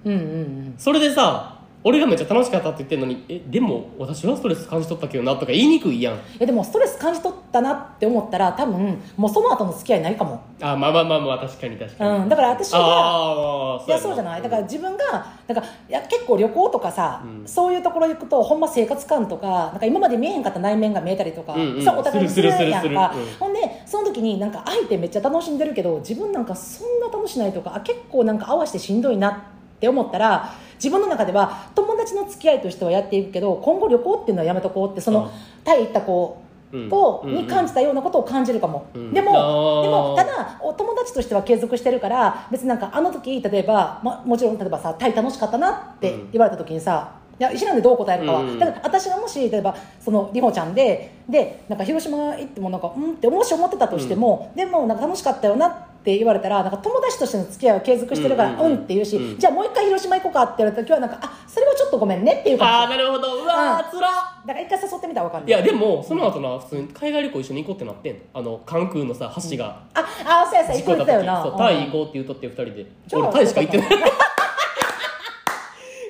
Speaker 1: うんうんうん
Speaker 2: それでさ俺がめっちゃ楽しかったって言ってるのに「えでも私はストレス感じ取ったけどな」とか言いにくいやん
Speaker 1: えでもストレス感じ取ったなって思ったら多分もうその後の付き合いないかも、
Speaker 2: あまあまあまあまあ確かに確かに、
Speaker 1: うん、だから私は
Speaker 2: ああ
Speaker 1: いやそうじゃないだから自分がなんかいや結構旅行とかさ、
Speaker 2: うん
Speaker 1: そういうところ行くとほんま生活感とかなんか今まで見えへんかった内面が見えたりとか、
Speaker 2: うんうん
Speaker 1: そうお互いに
Speaker 2: す
Speaker 1: す
Speaker 2: る
Speaker 1: る
Speaker 2: する
Speaker 1: や
Speaker 2: す
Speaker 1: ん
Speaker 2: る
Speaker 1: か
Speaker 2: するうん
Speaker 1: ほんでその時になんか相手めっちゃ楽しんでるけど自分なんかそんな楽しないとかあ結構なんか合わせてしんどいなって思ったら自分の中では友達の付き合いとしてはやっていくけど今後旅行っていうのはやめとこうってその、
Speaker 2: うん
Speaker 1: タイ行った子
Speaker 2: うん
Speaker 1: と、
Speaker 2: うんう
Speaker 1: に
Speaker 2: ん
Speaker 1: 感じたようなことを感じるかも、
Speaker 2: うん
Speaker 1: でも
Speaker 2: あー
Speaker 1: でもただお友達としては継続してるから別になんかあの時例えば、ま、もちろん例えばさタイ楽しかったなって
Speaker 2: うん
Speaker 1: 言われた時にさ、いや知らんでどう答えるかは、
Speaker 2: うん
Speaker 1: だから私がもし例えばそのりほちゃんででなんか広島行ってもなんかうんってもし思ってたとしても、でもなんか楽しかったよなって言われたらなんか友達としての付き合いを継続してるから、
Speaker 2: う
Speaker 1: うんん
Speaker 2: うんうん
Speaker 1: って言うし、
Speaker 2: うん
Speaker 1: じゃあもう一回広島行こうかって言われた時はなんかあそれはちょっとごめんねっていう
Speaker 2: ああ
Speaker 1: 感
Speaker 2: な
Speaker 1: じ
Speaker 2: るほどうわーつらっ
Speaker 1: だから一回誘ってみたらわかんない
Speaker 2: いやでもその後な普通に海外旅行一緒に行こうってなってんあの関空のさ橋が
Speaker 1: ああそうやそうや
Speaker 2: 事
Speaker 1: 行こ
Speaker 2: 故
Speaker 1: う言った
Speaker 2: だった
Speaker 1: よ
Speaker 2: 時
Speaker 1: な
Speaker 2: そううんタイ行こうって言うとって二人で
Speaker 1: じゃあ
Speaker 2: 俺タイしか行ってない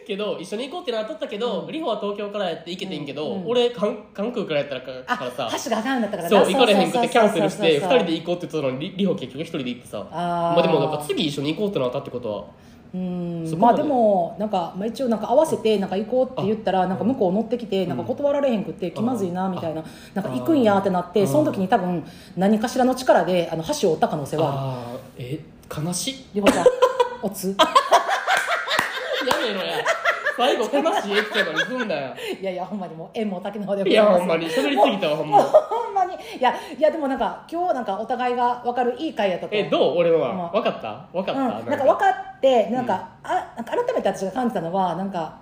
Speaker 2: けど一緒に行こうってなっとったけど、リホは東京からやって行けてんけど、
Speaker 1: うんうん
Speaker 2: 俺韓韓国からやったらか
Speaker 1: あ
Speaker 2: からさ
Speaker 1: 箸があかんだったからな
Speaker 2: そう行かれへんくてキャンセルして
Speaker 1: そうそうそ
Speaker 2: 2
Speaker 1: うそう
Speaker 2: 人で行こうって言ったのにリリホ結局1人で行ってさ
Speaker 1: あー
Speaker 2: まあでもなんか次一緒に行こうってなったってことは
Speaker 1: うん
Speaker 2: そこ
Speaker 1: ま
Speaker 2: ま
Speaker 1: あ
Speaker 2: で
Speaker 1: でもなんかまあ一応なんか合わせてなんか行こうって言ったらなんか向こう乗ってきてなんか断られへんくって気まずいなみたいななんか行くんやってなっ
Speaker 2: うん
Speaker 1: てその時に多分何かしらの力であの箸を折った可能性はある
Speaker 2: ああえ悲しい
Speaker 1: りほちゃんおつ
Speaker 2: やめろや最後悲しいエピソードにすんだよ
Speaker 1: いやいやほんまにもう縁も竹の方でござ
Speaker 2: い
Speaker 1: い
Speaker 2: や
Speaker 1: ます
Speaker 2: ほんまに喋りすぎたわほん
Speaker 1: もう
Speaker 2: ま
Speaker 1: ほんまにいやいやでもなんか今日なんかお互いが分かるいい回やったと思
Speaker 2: え
Speaker 1: う
Speaker 2: どう俺
Speaker 1: ま
Speaker 2: は
Speaker 1: あ
Speaker 2: 分かった分かっ
Speaker 1: う
Speaker 2: た、
Speaker 1: ん、なんか分かってなんか,、あなんか改めて私が感じたのはなんか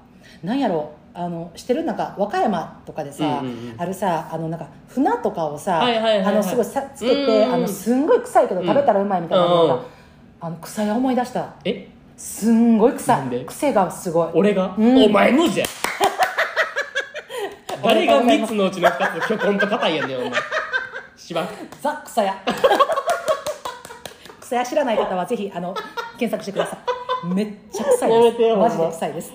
Speaker 1: なんやろうあのしてるなんか和歌山とかでさ、
Speaker 2: うんうんうん
Speaker 1: あるさあのなんか船とかをさ、
Speaker 2: はいはいはいはい
Speaker 1: あのすごいさつけ
Speaker 2: うん
Speaker 1: て
Speaker 2: うん
Speaker 1: あのすんごい臭いけど食べたらうまいみたいな,、
Speaker 2: うん
Speaker 1: なんかあの臭い思い出した
Speaker 2: え
Speaker 1: すんごい
Speaker 2: な
Speaker 1: 臭
Speaker 2: んで
Speaker 1: い癖がすごい
Speaker 2: 俺が、
Speaker 1: うん
Speaker 2: お前 のじゃ誰が3つのうちの2つきょこんと硬いやねんお前しば
Speaker 1: ザ・草 屋草屋知らない方はぜひあ の検索してくださいめっちゃ臭い
Speaker 2: やめ
Speaker 1: で
Speaker 2: てよ
Speaker 1: す
Speaker 2: ほんま
Speaker 1: マジで臭いです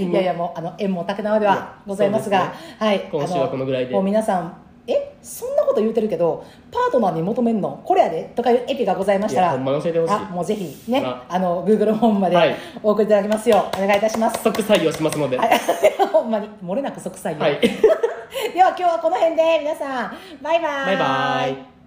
Speaker 1: いやいやもうあの縁も竹縄で
Speaker 2: いや
Speaker 1: はございますがはい
Speaker 2: 今週はこのぐらいで
Speaker 1: あもう皆さんえそんなこと言うてるけどパートナーに求めんのこれやでとかいうエピがございました
Speaker 2: いや
Speaker 1: ら
Speaker 2: ほんまに教えてほしい
Speaker 1: あもうぜひね
Speaker 2: な
Speaker 1: あの Google ホームまで
Speaker 2: はい
Speaker 1: お送りいただきますようお願いいたします、
Speaker 2: 即採用しますので
Speaker 1: はい、 ほんまに漏れなく即採用、
Speaker 2: はい
Speaker 1: では今日はこの辺で皆さんバイバーイ
Speaker 2: バイバイ